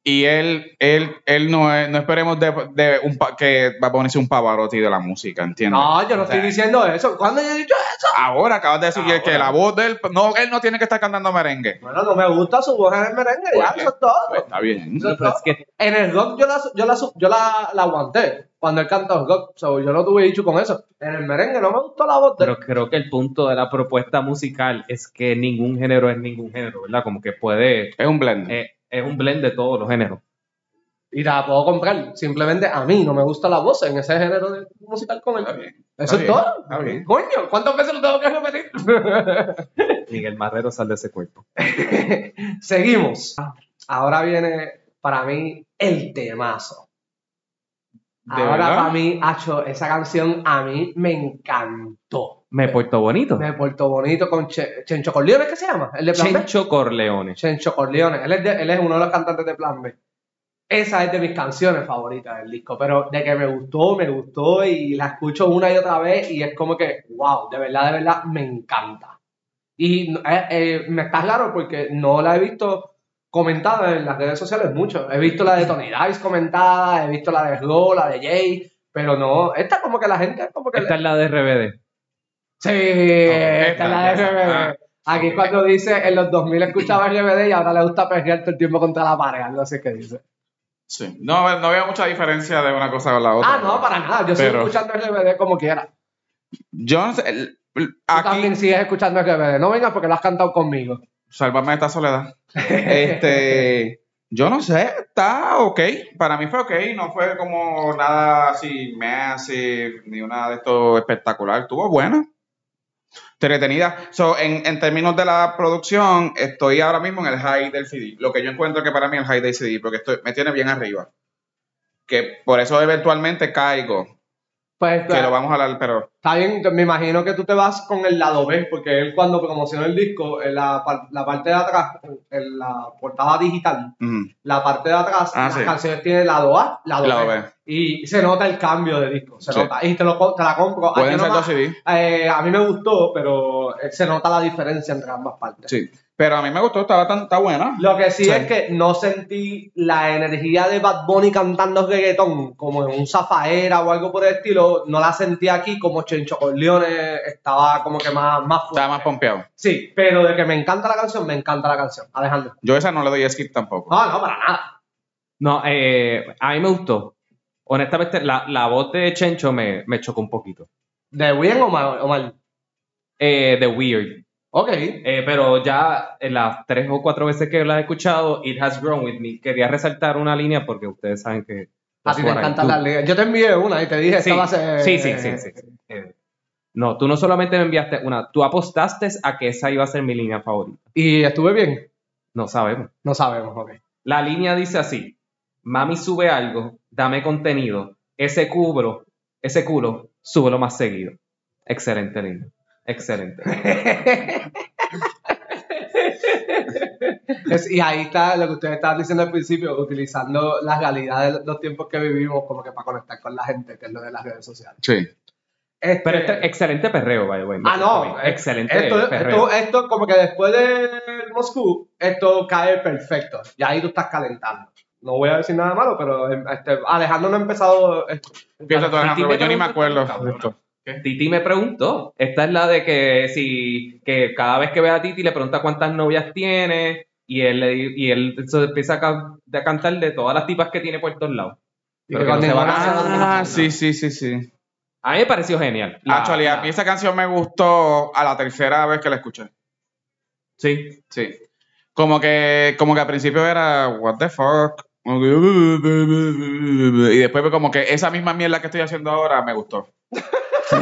Speaker 3: Y él, él, él no, es- no esperemos de, de un pa- que va a ponerse un Pavarotti de la música, ¿entiendes?
Speaker 2: No, yo no
Speaker 3: O sea,
Speaker 2: estoy diciendo eso. ¿Cuándo yo he dicho eso?
Speaker 3: Ahora acabas de decir que- que
Speaker 2: Ahora.
Speaker 3: la voz de él, no, él no tiene que estar cantando merengue.
Speaker 2: Bueno, no me gusta su voz en el merengue, ya,
Speaker 3: ¿Por qué?
Speaker 2: eso es todo.
Speaker 3: Pues está bien.
Speaker 2: Eso
Speaker 1: Pero
Speaker 2: es todo.
Speaker 1: es que-
Speaker 2: En el rock yo la, yo la, yo la, la aguanté cuando él cantó el rock, so, yo no tuve dicho con eso. En el merengue no me gustó la voz de él.
Speaker 1: Pero creo que el punto de la propuesta musical es que ningún género es ningún género, ¿verdad? Como que puede.
Speaker 3: Es un blend.
Speaker 1: eh, es un blend de todos los géneros.
Speaker 2: Y la puedo comprar, simplemente a mí no me gusta la voz en ese género de- musical con él.
Speaker 3: Está bien.
Speaker 2: Eso
Speaker 3: Está
Speaker 2: es
Speaker 3: bien,
Speaker 2: todo.
Speaker 3: está bien.
Speaker 2: Coño, ¿cuántas veces lo tengo que repetir?
Speaker 1: Miguel Marrero sale de ese cuerpo.
Speaker 2: Seguimos. Ahora viene para mí el temazo.
Speaker 3: ¿De
Speaker 2: Ahora
Speaker 3: verdad?
Speaker 2: para mí, Acho, esa canción a mí me encantó.
Speaker 1: Me he puesto bonito.
Speaker 2: Me portó bonito con Che- Chencho Corleone, ¿qué se llama? El de Plan B.
Speaker 1: Chencho Corleone.
Speaker 2: Chencho Corleone. Él es, de- él es uno de los cantantes de Plan B. Esa es de mis canciones favoritas del disco, pero de que me gustó, me gustó y la escucho una y otra vez y es como que, wow, de verdad, de verdad, me encanta. Y eh, eh, me está claro porque no la he visto comentada en las redes sociales mucho. He visto la de Tony Dice comentada, he visto la de Slow, la de Jay, pero no, esta como que la gente como que... le-
Speaker 1: Esta es la de RBD.
Speaker 2: Sí,
Speaker 3: esta,
Speaker 2: esta es la de
Speaker 3: esta. Ah,
Speaker 2: RBD. Aquí
Speaker 3: ok.
Speaker 2: cuando dice en los 2000 escuchaba RBD y ahora le gusta perrear todo el tiempo contra la pared, no sé qué dice.
Speaker 3: Sí. No, a ver, no veo mucha diferencia de una cosa con la otra.
Speaker 2: Ah, no, para nada, yo
Speaker 3: Pero-
Speaker 2: sigo escuchando RBD como quiera.
Speaker 3: Yo no sé, el- el-
Speaker 2: Tú
Speaker 3: aquí,
Speaker 2: también sigues escuchando RBD, no vengas porque lo has cantado conmigo.
Speaker 3: Sálvame de esta soledad. Este, yo no sé, está ok. Para mí fue ok, no fue como nada así massive, ni una de esto espectacular. Estuvo buena. Entretenida. So, en, en términos de la producción, estoy ahora mismo en el high del CD. Lo que yo encuentro que para mí es el high del CD, porque estoy, me tiene bien arriba. Que por eso eventualmente caigo.
Speaker 2: Pues
Speaker 3: Que lo vamos a hablar, pero.
Speaker 2: está bien, me imagino que tú te vas con el lado B, porque él cuando promocionó el disco, en la, par- la parte de atrás, en la portada digital,
Speaker 3: ujú.
Speaker 2: la parte de atrás,
Speaker 3: Ah,
Speaker 2: las
Speaker 3: sí.
Speaker 2: canciones tienen lado A, lado,
Speaker 3: Lado
Speaker 2: B.
Speaker 3: B.
Speaker 2: Y se nota el cambio de disco, se
Speaker 3: Sí.
Speaker 2: nota. Y te, lo, co- te la compro.
Speaker 3: Pueden
Speaker 2: Aquí
Speaker 3: ser
Speaker 2: nomás,
Speaker 3: dos CD.
Speaker 2: eh, a mí me gustó, pero eh, se nota la diferencia entre ambas partes.
Speaker 3: Sí. Pero a mí me gustó, estaba tan, está buena.
Speaker 2: Lo que sí,
Speaker 3: Sí.
Speaker 2: es que no sentí la energía de Bad Bunny cantando reggaetón, como en un zafaera o algo por el estilo, no la sentí aquí como Chencho Corleone estaba como que más, más fuerte.
Speaker 3: Estaba más pompeado.
Speaker 2: Sí, pero de que me encanta la canción, me encanta la canción. Alejandro. Ah,
Speaker 3: Yo esa no le doy skip tampoco.
Speaker 2: No, no, para nada.
Speaker 1: No, eh, a mí me gustó. Honestamente, la, la voz de Chencho me, me chocó un poquito.
Speaker 2: ¿De bien o mal? O mal?
Speaker 1: Eh, de Weird.
Speaker 2: Ok.
Speaker 1: Eh, pero ya en las tres o cuatro veces que la he escuchado, It Has Grown With Me. Quería resaltar una línea porque ustedes saben que...
Speaker 2: A ti
Speaker 1: that's
Speaker 2: te
Speaker 1: what I
Speaker 2: encanta
Speaker 1: do.
Speaker 2: la liga. Yo te envié una y te dije,
Speaker 1: Sí,
Speaker 2: esta va a ser-
Speaker 1: sí, sí, sí, sí, sí. Eh, no, tú no solamente me enviaste una, tú apostaste a que esa iba a ser mi línea favorita.
Speaker 2: ¿Y estuve bien?
Speaker 1: No sabemos.
Speaker 2: No sabemos, ok.
Speaker 1: La línea dice así: Mami sube algo, dame contenido. Ese cubro, ese culo, súbelo más seguido. Excelente línea. Excelente.
Speaker 2: Es- y ahí está lo que ustedes estaban diciendo al principio, utilizando la realidad de los- los tiempos que vivimos como que para conectar con la gente, que es lo de las redes sociales.
Speaker 3: Sí.
Speaker 2: Este-
Speaker 1: Pero este, excelente perreo, by the way.
Speaker 2: ah, no, eh,
Speaker 1: Excelente
Speaker 2: Esto,
Speaker 1: perreo.
Speaker 2: esto, esto como que después de Moscú, esto cae perfecto. Y ahí tú estás calentando. No voy a decir nada malo, pero em, este, Alejandro no ha empezado... esto.
Speaker 3: Empieza tú, Alejandro, porque yo ni me acuerdo.
Speaker 1: Titi me preguntó. Esta es la de que si que cada vez que ve a Titi le pregunta cuántas novias tiene y él, le- y él se empieza a, ca- a cantar de todas las tipas que tiene por todos lados.
Speaker 2: Y
Speaker 1: Pero
Speaker 2: que
Speaker 1: que no
Speaker 2: con
Speaker 1: se van a
Speaker 2: ninguna se van a-
Speaker 3: Ah, sí, sí, sí, sí.
Speaker 1: A mí me pareció genial. La-
Speaker 3: Actually, a
Speaker 1: la-
Speaker 3: mí esa canción me gustó a la tercera vez que la escuché.
Speaker 1: Sí.
Speaker 3: Sí. Como que, como que al principio era, what the fuck. Como que, Y después fue como que esa misma mierda que estoy haciendo ahora me gustó.
Speaker 1: No,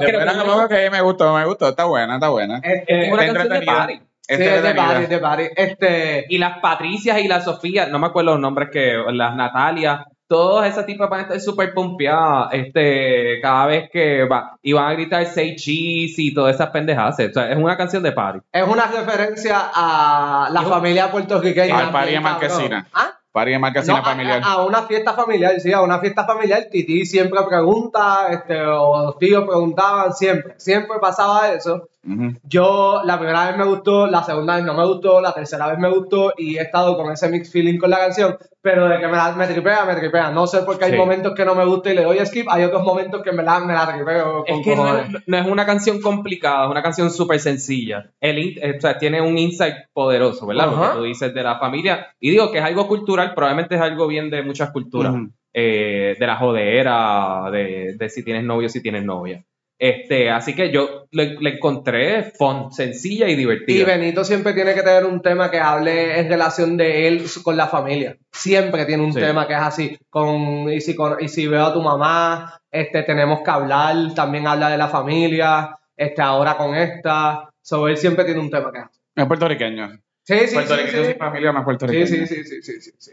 Speaker 1: creo
Speaker 3: De
Speaker 1: que
Speaker 3: verdad,
Speaker 1: no.
Speaker 3: como que me gustó, me gustó, está buena, está buena.
Speaker 2: Este,
Speaker 1: Es una canción de
Speaker 3: entretenida.
Speaker 1: party.
Speaker 2: sí,
Speaker 3: Está
Speaker 2: es de
Speaker 3: entretenida.
Speaker 2: París, de París. Este...
Speaker 1: Y las Patricias y las Sofías, no me acuerdo los nombres que, las Natalias, Todas esas tipas van a estar súper pompeadas este, cada vez que va. Y van a gritar Say Cheese y todas esas pendejadas. O sea, es una canción de party.
Speaker 2: Es una referencia a la familia puertorriqueña.
Speaker 3: Al party de
Speaker 2: Bien, cabrón.
Speaker 3: Marquesina.
Speaker 2: ¿Ah?
Speaker 3: Party de
Speaker 2: No,
Speaker 3: marquesina
Speaker 2: a-
Speaker 3: familiar.
Speaker 2: A, a una fiesta familiar, sí, a una fiesta familiar. Titi siempre pregunta, este, o los tíos preguntaban, siempre, siempre pasaba eso.
Speaker 3: Ujú.
Speaker 2: Yo la primera vez me gustó, la segunda vez no me gustó, la tercera vez me gustó y he estado con ese mixed feeling con la canción, pero de que me, la, me tripea, me tripea. No sé por qué hay
Speaker 1: Sí.
Speaker 2: momentos que no me gusta y le doy skip, hay otros momentos que me la, me la tripeo. con
Speaker 1: Es que no,
Speaker 2: cojones.
Speaker 1: es- no es una canción complicada, es una canción súper sencilla. El in- eh, o sea, tiene un insight poderoso, ¿verdad? Lo
Speaker 2: Ajá.
Speaker 1: que tú dices de la familia. Y digo que es algo cultural, probablemente es algo bien de muchas culturas.
Speaker 3: Ujú.
Speaker 1: eh, de la jodera, de, de si tienes novio, si tienes novia. Este, así que yo le, le encontré fun, sencilla y
Speaker 2: Y
Speaker 1: divertida.
Speaker 2: Benito siempre tiene que tener un tema que hable en relación de él su- con la familia. Siempre tiene un
Speaker 1: Sí.
Speaker 2: tema que es así. Con, y, si, con- y si veo a tu mamá, este, tenemos que hablar, también habla de la familia, este, ahora con esta. Sobre él siempre tiene un tema que es así.
Speaker 3: Es puertorriqueño.
Speaker 2: Sí, sí, sí,
Speaker 3: Puertorriqueño
Speaker 2: sí.
Speaker 3: sin familia no es
Speaker 2: Sí,
Speaker 3: puertorriqueño.
Speaker 2: sí, sí, sí, sí, sí, sí.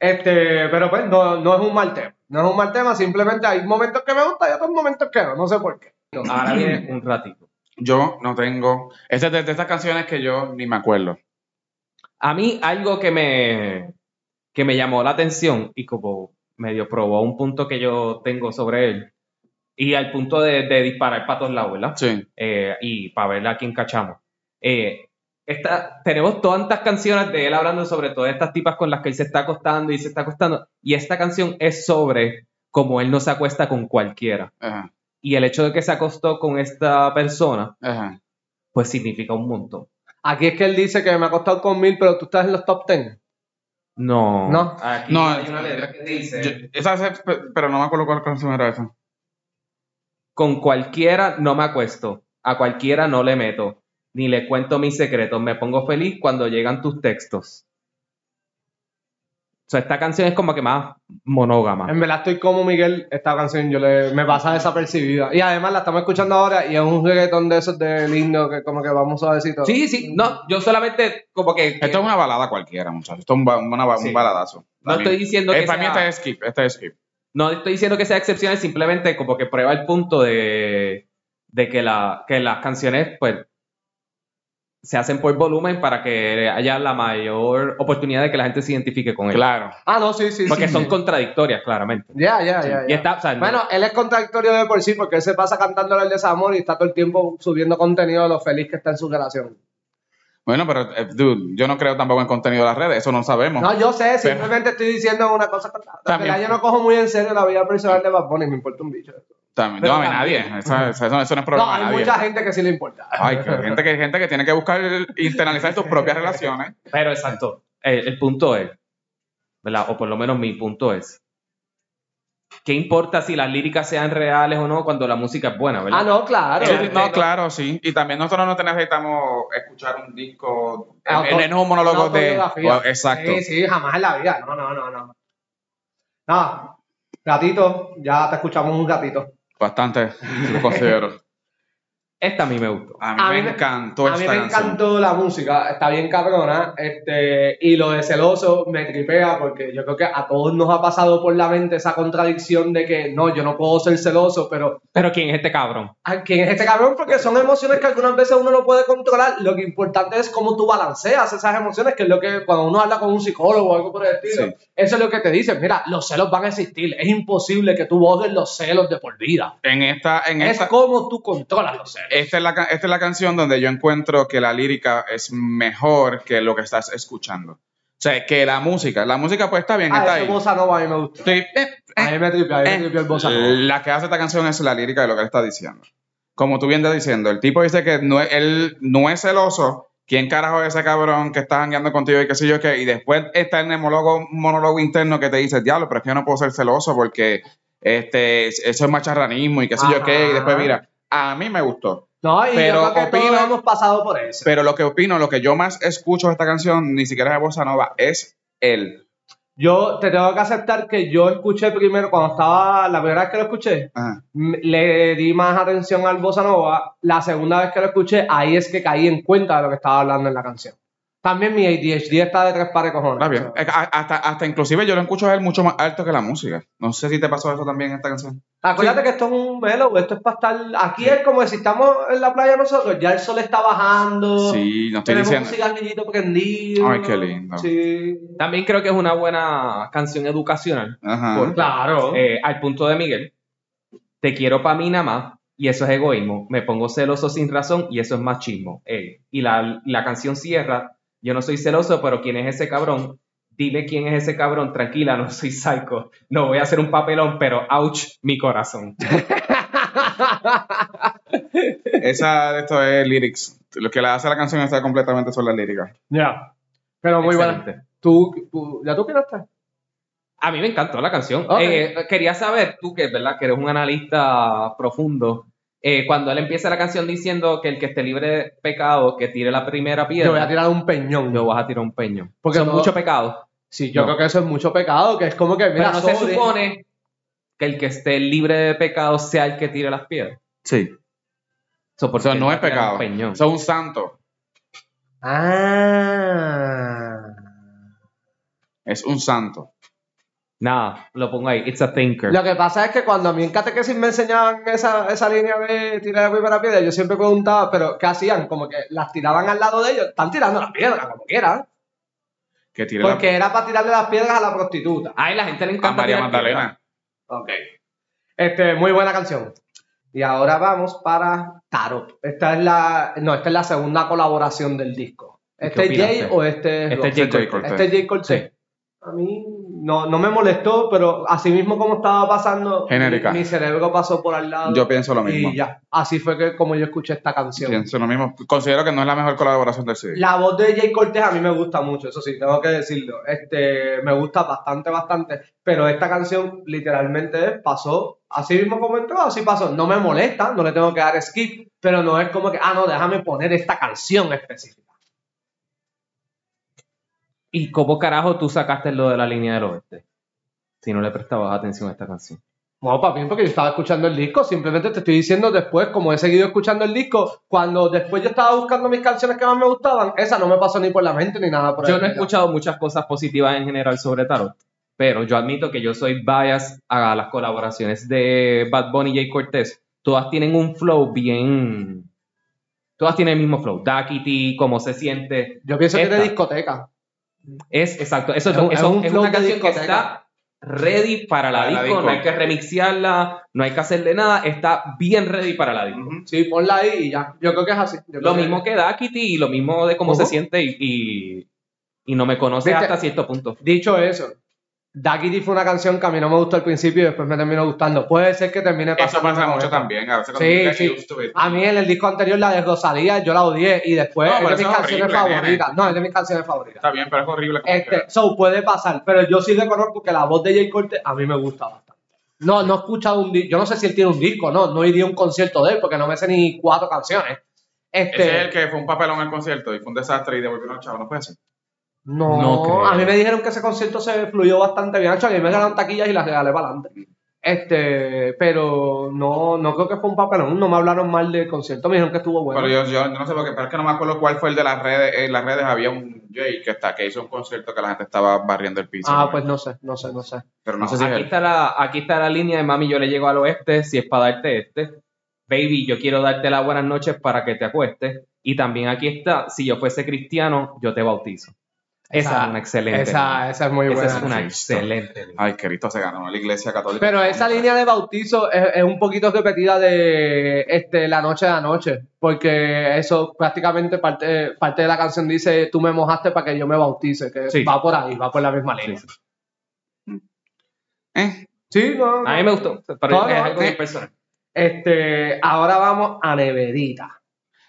Speaker 2: Este, pero pues no, no es un mal tema. No es un mal tema, simplemente hay momentos que me gustan y otros momentos que no, no sé por qué.
Speaker 1: Ahora viene un ratito.
Speaker 3: Yo no tengo. Esta es de, de estas canciones que yo ni me acuerdo.
Speaker 1: A mí algo que me, que me llamó la atención y como medio probó un punto que yo tengo sobre él y al punto de, de disparar para todos lados, ¿verdad?
Speaker 3: Sí.
Speaker 1: Eh, y para ver a quién cachamos. Eh, esta, tenemos tantas canciones de él hablando sobre todas estas tipas con las que él se está acostando y se está acostando. Y esta canción es sobre cómo él no se acuesta con cualquiera.
Speaker 3: Ajá,
Speaker 1: Y el hecho de que se acostó con esta persona,
Speaker 3: ajá.
Speaker 1: pues significa un montón.
Speaker 2: Aquí es que él dice que me ha costado con mil, pero tú estás en los top ten.
Speaker 1: No.
Speaker 2: No.
Speaker 1: Aquí
Speaker 3: No,
Speaker 1: hay una letra que dice...
Speaker 3: Yo- esa es- pero no me acuerdo cuál canción era esa.
Speaker 1: Con cualquiera no me acuesto, a cualquiera no le meto, ni le cuento mis secretos, me pongo feliz cuando llegan tus textos. O sea, esta canción es como que más monógama.
Speaker 2: En verdad estoy como Miguel, esta canción yo le, me pasa desapercibida. Y además la estamos escuchando ahora y es un reggaetón de esos de lindo que como que vamos suavecito.
Speaker 1: Sí, sí, no, yo solamente como que que
Speaker 3: Esto es una balada cualquiera, muchachos. Esto es un, ba- una ba- un
Speaker 1: eh, Sí.
Speaker 3: baladazo.
Speaker 1: no estoy diciendo que
Speaker 3: Eh, para mí este
Speaker 1: sea,
Speaker 3: es skip. Este es skip.
Speaker 1: no estoy diciendo que sea excepcional, simplemente como que prueba el punto de, de que, la, que las canciones pues se hacen por volumen para que haya la mayor oportunidad de que la gente se identifique con él.
Speaker 3: Claro.
Speaker 2: Ah, no, sí, sí.
Speaker 1: Porque
Speaker 2: sí.
Speaker 1: son contradictorias, claramente.
Speaker 2: Ya, ya, ya.
Speaker 1: Y
Speaker 2: ya.
Speaker 1: está, o sea, no-
Speaker 2: Bueno, él es contradictorio de por sí porque él se pasa cantando el desamor y está todo el tiempo subiendo contenido de lo feliz que está en su relación.
Speaker 3: Bueno, pero, eh, dude, yo no creo tampoco en contenido de las redes. Eso no lo sabemos.
Speaker 2: No, yo sé, simplemente estoy diciendo una cosa. con la otra. En
Speaker 3: También.
Speaker 2: verdad, Yo no cojo muy en serio la vida personal de Bad Bunny, me importa un bicho.
Speaker 3: También-
Speaker 1: pero
Speaker 3: no, a
Speaker 1: también.
Speaker 3: nadie. Esa- esa- eso, eso no es
Speaker 2: No,
Speaker 3: problema
Speaker 2: hay
Speaker 3: de nadie.
Speaker 2: mucha gente que sí le importa.
Speaker 3: Ay, que gente que gente que tiene que buscar internalizar sus propias relaciones.
Speaker 1: pero exacto. El, el punto es, ¿verdad? O por lo menos mi punto es. ¿Qué importa si las líricas sean reales o no cuando la música es buena, ¿verdad?
Speaker 2: Ah, no, claro.
Speaker 3: Sí, sí, no, claro, sí. Y también nosotros no necesitamos escuchar un disco.
Speaker 2: Auto-
Speaker 3: en en un monólogo
Speaker 2: Ah, una
Speaker 3: de.
Speaker 2: autobiografía.
Speaker 3: Wow, exacto.
Speaker 2: Sí, sí, jamás en la vida. No, no, no, no. No, gatito, ya te escuchamos un gatito.
Speaker 3: Bastante, lo considero.
Speaker 1: Esta a mí me gustó.
Speaker 3: A mí, me, encantó
Speaker 2: A mí
Speaker 3: esta
Speaker 2: me
Speaker 3: canción.
Speaker 2: encantó la música, está bien cabrona. Este, y lo de celoso me tripea porque yo creo que a todos nos ha pasado por la mente esa contradicción de que no, yo no puedo ser celoso, pero
Speaker 1: Pero ¿quién es este cabrón?
Speaker 2: ¿A quién es este cabrón? Porque son emociones que algunas veces uno no puede controlar. Lo que importante es cómo tú balanceas esas emociones, que es lo que cuando uno habla con un psicólogo o algo por el estilo, eso es lo que te dicen. Mira, los celos van a existir. Es imposible que tú borres los celos de por vida.
Speaker 3: En esta, en
Speaker 2: Es
Speaker 3: esta,
Speaker 2: cómo tú controlas los celos.
Speaker 3: esta, es la, ca- esta es la canción donde yo encuentro que la lírica es mejor que lo que estás escuchando. O sea, que la música, la música pues está bien, está
Speaker 2: Ah, ese
Speaker 3: ahí.
Speaker 2: bossa nova a mí me gusta.
Speaker 3: Sí, eh,
Speaker 2: A mí me tripea, a mí me tripea el bossa nova.
Speaker 3: La que hace esta canción es la lírica de lo que él está diciendo. Como tú bien estás diciendo, el tipo dice que no, es- él no es celoso. ¿Quién carajo es ese cabrón que está jangueando contigo y qué sé yo qué? Y después está el monólogo, monólogo interno que te dice, diablo, pero es que yo no puedo ser celoso porque este, eso es macharranismo y qué sé yo qué. Y después
Speaker 2: Ajá.
Speaker 3: mira, a mí me gustó.
Speaker 2: No, y
Speaker 3: Pero
Speaker 2: yo creo que todos
Speaker 3: opino-
Speaker 2: hemos pasado por eso.
Speaker 3: Pero lo que opino, lo que yo más escucho de esta canción, ni siquiera es de Bossa Nova, es él.
Speaker 2: Yo te tengo que aceptar que yo escuché primero, cuando estaba, la primera vez que lo escuché,
Speaker 3: Ajá.
Speaker 2: m- le di más atención al bossa nova. La segunda vez que lo escuché, ahí es que caí en cuenta de lo que estaba hablando en la canción. También mi ADHD está de tres pares cojones.
Speaker 3: Está bien.
Speaker 2: O sea,
Speaker 3: Eh, a- Hasta, hasta inclusive yo lo escucho a él mucho más alto que la música. No sé si te pasó eso también en esta canción.
Speaker 2: Acuérdate que esto es un mellow, esto es para estar. Aquí es como si estamos en la playa nosotros, ya el sol está bajando.
Speaker 3: Sí, no estoy
Speaker 2: tenemos
Speaker 3: diciendo.
Speaker 2: un cigarrillito prendido.
Speaker 3: Ay, qué lindo.
Speaker 2: Sí.
Speaker 1: También creo que es una buena canción educacional.
Speaker 3: Ajá.
Speaker 1: Por-
Speaker 2: Claro.
Speaker 1: Eh, al punto de Miguel, te quiero pa' mí nada más, y eso es egoísmo. Me pongo celoso sin razón, y eso es machismo. Ey. Y la, la canción cierra, yo no soy celoso, pero ¿quién es ese cabrón? Dime quién es ese cabrón, tranquila, no soy psycho. No voy a hacer un papelón, pero ouch, mi corazón.
Speaker 3: Esa de esto es lyrics. Lo que la hace la canción está completamente sobre la lírica.
Speaker 2: Ya. Pero muy buena.
Speaker 1: Excelente.
Speaker 2: ¿Tú, tú- ya tú quedaste?
Speaker 1: A mí me encantó la canción.
Speaker 2: Ok.
Speaker 1: Eh, quería saber, tú que, ¿verdad? que eres un analista profundo, eh, cuando él empieza la canción diciendo que el que esté libre de pecado, que tire la primera
Speaker 2: Yo voy a
Speaker 1: piedra,
Speaker 2: tirar un peñón.
Speaker 1: lo vas a tirar un peño.
Speaker 2: Porque
Speaker 1: Porque son
Speaker 2: no-
Speaker 1: muchos pecados.
Speaker 2: Sí, yo
Speaker 1: No.
Speaker 2: creo que eso es mucho pecado, que es como que.
Speaker 1: Pero no se
Speaker 2: sobre-
Speaker 1: supone que el que esté libre de pecado sea el que tire las piedras.
Speaker 3: Sí.
Speaker 1: So, ¿por
Speaker 3: Eso
Speaker 1: qué
Speaker 3: no es
Speaker 1: tirar un
Speaker 3: pecado.
Speaker 1: peñón?
Speaker 3: Eso es un santo.
Speaker 2: Ah.
Speaker 3: Es un santo.
Speaker 1: Nada, lo pongo ahí. It's a thinker.
Speaker 2: Lo que pasa es que cuando a mí en catequesis me enseñaban esa, esa línea de tirar la primera piedra, yo siempre preguntaba, pero ¿qué hacían? Como que las tiraban al lado de ellos, están tirando las piedras, como quieran.
Speaker 3: Que tira la-
Speaker 2: Porque era para tirarle las piedras a la prostituta.
Speaker 1: Ay, la gente le
Speaker 3: a
Speaker 1: encanta
Speaker 3: María
Speaker 1: tirar piedras.
Speaker 3: Magdalena.
Speaker 2: Ok. Este, muy buena canción. Y ahora vamos para Tarot. Esta es la. No, esta es la segunda colaboración del disco.
Speaker 1: ¿Y qué
Speaker 2: ¿Este es Jay
Speaker 1: opinaste?
Speaker 2: o este es
Speaker 1: Este es
Speaker 2: Rob?
Speaker 1: J. Cole.
Speaker 3: Cortés.
Speaker 2: Este es Jay Cortés. A mí no, no me molestó, pero así mismo como estaba pasando,
Speaker 3: Genérica.
Speaker 2: Mi, mi cerebro pasó por al lado.
Speaker 3: Yo pienso lo mismo.
Speaker 2: Y ya. Así fue que como yo escuché esta canción.
Speaker 3: Pienso lo mismo. Considero que no es la mejor colaboración del CD.
Speaker 2: La voz de Jay Cortés a mí me gusta mucho, eso sí, tengo que decirlo. Este, me gusta bastante, bastante. Pero esta canción literalmente pasó así mismo como entró, así pasó. No me molesta, no le tengo que dar skip, pero no es como que, ah, no, déjame poner esta canción específica.
Speaker 1: ¿Y cómo carajo tú sacaste lo de la línea del oeste? Si no le prestabas atención a esta canción.
Speaker 2: No, papi, porque yo estaba escuchando el disco, simplemente te estoy diciendo después, como he seguido escuchando el disco, cuando después yo estaba buscando mis canciones que más me gustaban, esa no me pasó ni por la mente ni nada por el
Speaker 1: Yo no he
Speaker 2: estilo.
Speaker 1: escuchado muchas cosas positivas en general sobre Tarot, pero yo admito que yo soy bias a las colaboraciones de Bad Bunny y Jay Cortés. Todas tienen un flow bien. Todas tienen el mismo flow. Daquiti, cómo se siente.
Speaker 2: Yo pienso que es de
Speaker 1: Esta.
Speaker 2: discoteca.
Speaker 1: Es exacto. Eso,
Speaker 2: Es un-
Speaker 1: eso-
Speaker 2: es un
Speaker 1: es
Speaker 2: flow
Speaker 1: una
Speaker 2: de
Speaker 1: canción que
Speaker 2: discoteca.
Speaker 1: está ready para la,
Speaker 3: Para la
Speaker 1: disco. No
Speaker 3: disco.
Speaker 1: hay que remixearla, no hay que hacerle nada. Está bien ready para la disco.
Speaker 2: Sí, ponla ahí y ya. Yo creo que es así. Yo creo
Speaker 1: Lo mismo que Daquiti y lo mismo de cómo
Speaker 2: Ujú.
Speaker 1: se siente y, y, y no me conoce
Speaker 2: Viste.
Speaker 1: hasta cierto punto.
Speaker 2: Dicho eso, Daquiti fue una canción que a mí no me gustó al principio y después me terminó gustando. Puede ser que termine
Speaker 3: Eso
Speaker 2: pasando.
Speaker 3: pasa
Speaker 2: con
Speaker 3: mucho
Speaker 2: esta.
Speaker 3: también. A veces cuando
Speaker 2: Sí,
Speaker 3: you get
Speaker 2: sí. Ah,
Speaker 3: used to it.
Speaker 2: A mí en el disco anterior, la de Rosalía, yo la odié y después
Speaker 3: No,
Speaker 2: es de
Speaker 3: pero
Speaker 2: mis
Speaker 3: eso es
Speaker 2: canciones
Speaker 3: horrible, nene.
Speaker 2: favoritas. No, es de mis canciones favoritas.
Speaker 3: Está bien, pero es horrible. como
Speaker 2: Este,
Speaker 3: quiera.
Speaker 2: so, puede pasar, pero yo sí reconozco que la voz de Jay Cortez a mí me gusta bastante. No, no he escuchado un disco, yo no sé si él tiene un disco, no, no iría a un concierto de él porque no me sé ni cuatro canciones. Este,
Speaker 3: Ese es el que fue un papelón al concierto y fue un desastre y devolvieron al chavo. No puede ser.
Speaker 2: No,
Speaker 1: No creo.
Speaker 2: a mí me dijeron que ese concierto se fluyó bastante bien. Hacho, A mí me regalaron taquillas y las regalé para adelante. Este, pero no, no creo que fue un papelón. No me hablaron mal del concierto, me dijeron que estuvo bueno.
Speaker 3: Pero yo, yo, yo no sé por qué, pero es que no me acuerdo cuál fue el de las redes. En las redes había un Jay que, está, que hizo un concierto que la gente estaba barriendo el piso.
Speaker 2: ah,
Speaker 3: ¿no?
Speaker 2: pues no sé, no sé, no sé.
Speaker 3: Pero no sé si es
Speaker 1: aquí,
Speaker 3: él.
Speaker 1: está la, aquí está la línea de mami, yo le llego al oeste, si es para darte este. Baby, yo quiero darte las buenas noches para que te acuestes. Y también aquí está, si yo fuese cristiano, yo te bautizo. Esa,
Speaker 2: Esa-
Speaker 1: es una excelente.
Speaker 2: Esa, esa es muy
Speaker 1: línea.
Speaker 2: buena.
Speaker 1: Esa es una
Speaker 3: Sí, está.
Speaker 1: excelente. línea.
Speaker 3: Ay, Cristo se ganó la iglesia católica.
Speaker 2: Pero esa línea de bautizo es, es un poquito repetida de este, la noche de anoche, porque eso prácticamente parte, parte de la canción dice, tú me mojaste para que yo me bautice, que
Speaker 1: Sí.
Speaker 2: va por ahí, va por la misma línea.
Speaker 1: Sí,
Speaker 2: Sí,
Speaker 3: Eh,
Speaker 2: no, no.
Speaker 1: A mí me gustó, pero
Speaker 2: No, no,
Speaker 1: es algo
Speaker 2: eh.
Speaker 1: muy personal.
Speaker 2: Este, ahora vamos a Neverita.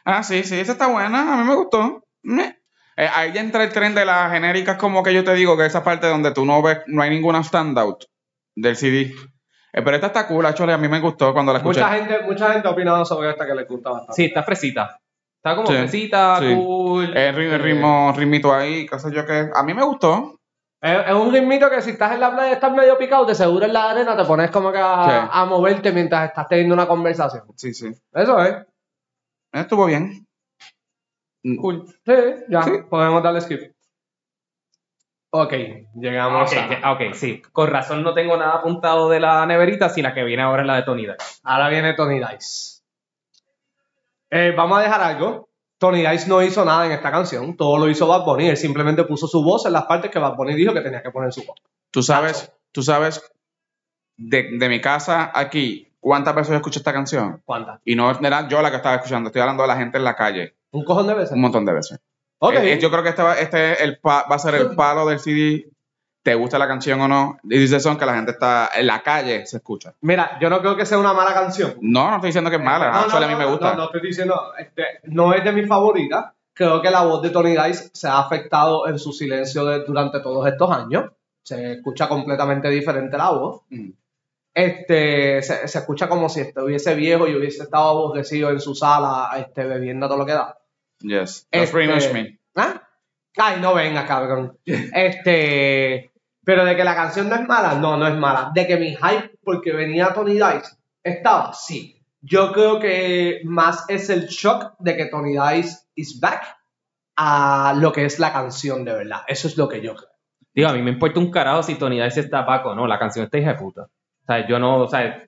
Speaker 3: Ah, sí, sí, esa está buena. A mí me gustó. Meh. Eh, ahí ya entra el tren de las genéricas, como que yo te digo, que esa parte donde tú no ves, no hay ninguna standout del CD. Eh, pero esta está cool, actually, a mí me gustó cuando la escuché.
Speaker 2: Mucha gente, mucha gente ha opinado sobre esta que les gusta bastante.
Speaker 1: Sí, está fresita. Está como
Speaker 3: Sí,
Speaker 1: fresita,
Speaker 3: sí.
Speaker 1: cool.
Speaker 3: El ritmo, el Eh, ritmo, ritmito ahí, qué sé yo qué. A mí me gustó.
Speaker 2: Es, es un ritmito que si estás en la playa y estás medio picado, de seguro en la arena te pones como que a,
Speaker 3: Sí.
Speaker 2: a moverte mientras estás teniendo una conversación.
Speaker 3: Sí, sí.
Speaker 2: Eso es.
Speaker 3: Estuvo bien.
Speaker 2: Cool. Sí, ya, podemos darle skip. Ok,
Speaker 1: Ah,
Speaker 2: llegamos
Speaker 1: ok,
Speaker 2: a...
Speaker 1: ya- ok, sí. Con razón no tengo nada apuntado de la neverita, si la que viene ahora es la de Tony Dice.
Speaker 2: Ahora viene Tony Dice. Eh, vamos a dejar algo. Tony Dice no hizo nada en esta canción. Todo lo hizo Bad Bunny. Él simplemente puso su voz en las partes que Bad Bunny dijo que tenía que poner su voz.
Speaker 3: Tú sabes, tú sabes, de, de mi casa aquí, ¿cuántas veces yo escuché esta canción?
Speaker 2: ¿Cuántas?
Speaker 3: Y no era yo la que estaba escuchando, estoy hablando de la gente en la calle,
Speaker 2: Un cojón de veces.
Speaker 3: un montón de veces.
Speaker 2: Ok.
Speaker 3: Eh, eh, yo creo que este, va, este es el pa- va a ser el palo del CD. ¿Te gusta la canción o no? Y dice son que la gente está en la calle, se escucha.
Speaker 2: Mira, yo no creo que sea una mala canción.
Speaker 3: No, no estoy diciendo que es mala.
Speaker 2: Eh, No, no,
Speaker 3: actually, Ah, a
Speaker 2: no,
Speaker 3: mí me gusta.
Speaker 2: No, no estoy diciendo, este, no es de mis favoritas. Creo que la voz de Tony Dice se ha afectado en su silencio de- durante todos estos años. Se escucha completamente diferente la voz.
Speaker 3: Mm.
Speaker 2: Este, se, se escucha como si estuviese viejo y hubiese estado aborrecido en su sala este, bebiendo todo lo que da.
Speaker 3: Yes. That's
Speaker 2: Este-
Speaker 3: pretty much me.
Speaker 2: ¿Ah? Ay, no venga, cabrón. Este, pero de que la canción no es mala, no, no es mala. De que mi hype porque venía Tony Dice estaba, sí. Yo creo que más es el shock de que Tony Dice is back a lo que es la canción de verdad. Eso es lo que yo creo.
Speaker 1: Digo, a mí me importa un carajo si Tony Dice está Paco, no, la canción está hija de puta. O sea, yo no, o sea,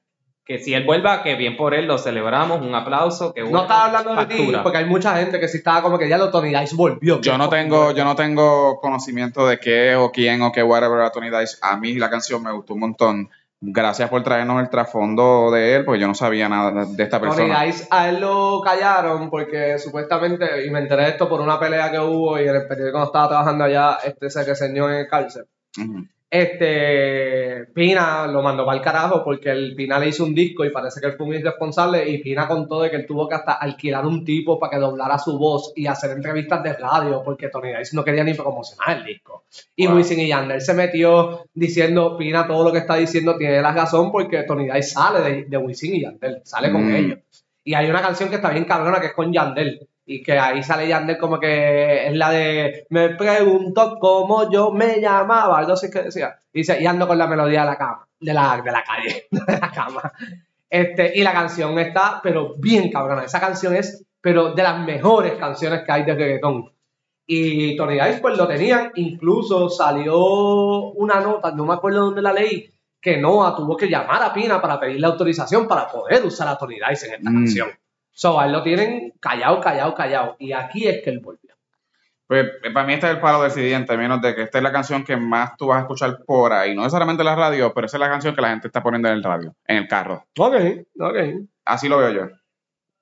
Speaker 1: que si él vuelva, que bien por él, lo celebramos, un aplauso, que
Speaker 2: No estaba hablando de ti porque hay mucha gente que sí estaba como que ya lo Tony Dice volvió.
Speaker 3: Yo no tengo, yo no tengo conocimiento de qué o quién o qué whatever era Tony Dice. A mí la canción me gustó un montón. Gracias por traernos el trasfondo de él, porque yo no sabía nada de esta
Speaker 2: Tony
Speaker 3: persona.
Speaker 2: Dice a él lo callaron porque supuestamente, y me enteré de esto por una pelea que hubo y en el periódico cuando estaba trabajando allá, este se reseñó en el cárcel.
Speaker 3: Ujú.
Speaker 2: Este, Pina lo mandó para el carajo porque el Pina le hizo un disco y parece que él fue un irresponsable y Pina contó de que él tuvo que hasta alquilar un tipo para que doblara su voz y hacer entrevistas de radio porque Tony Dice no quería ni promocionar el disco. Y
Speaker 3: Wow.
Speaker 2: Wisin y Yandel se metió diciendo, Pina todo lo que está diciendo tiene la razón porque Tony Dice sale de, de Wisin y Yandel, sale con
Speaker 3: Mm.
Speaker 2: ellos. Y hay una canción que está bien cabrona que es con Yandel. Y que ahí sale Yandel como que es la de Me pregunto cómo yo me llamaba. Algo así que decía. Y dice, y ando con la melodía de la cama, de la, de la calle, de la cama. Este, y la canción está, pero bien cabrona. Esa canción es, pero de las mejores canciones que hay de reggaetón. Y Tony Dice, pues lo tenían. Incluso salió una nota, no me acuerdo dónde la leí, que Noah tuvo que llamar a Pina para pedirle autorización para poder usar a Tony Dice en esta
Speaker 3: Mm.
Speaker 2: canción. So, a él lo tienen callado, callado, callado. Y aquí es que él volvió.
Speaker 3: Pues, eh, para mí este es el palo del CD en términos de que esta es la canción que más tú vas a escuchar por ahí. No necesariamente en la radio, pero esa es la canción que la gente está poniendo en el radio, en el carro.
Speaker 2: Ok, ok.
Speaker 3: Así lo veo yo.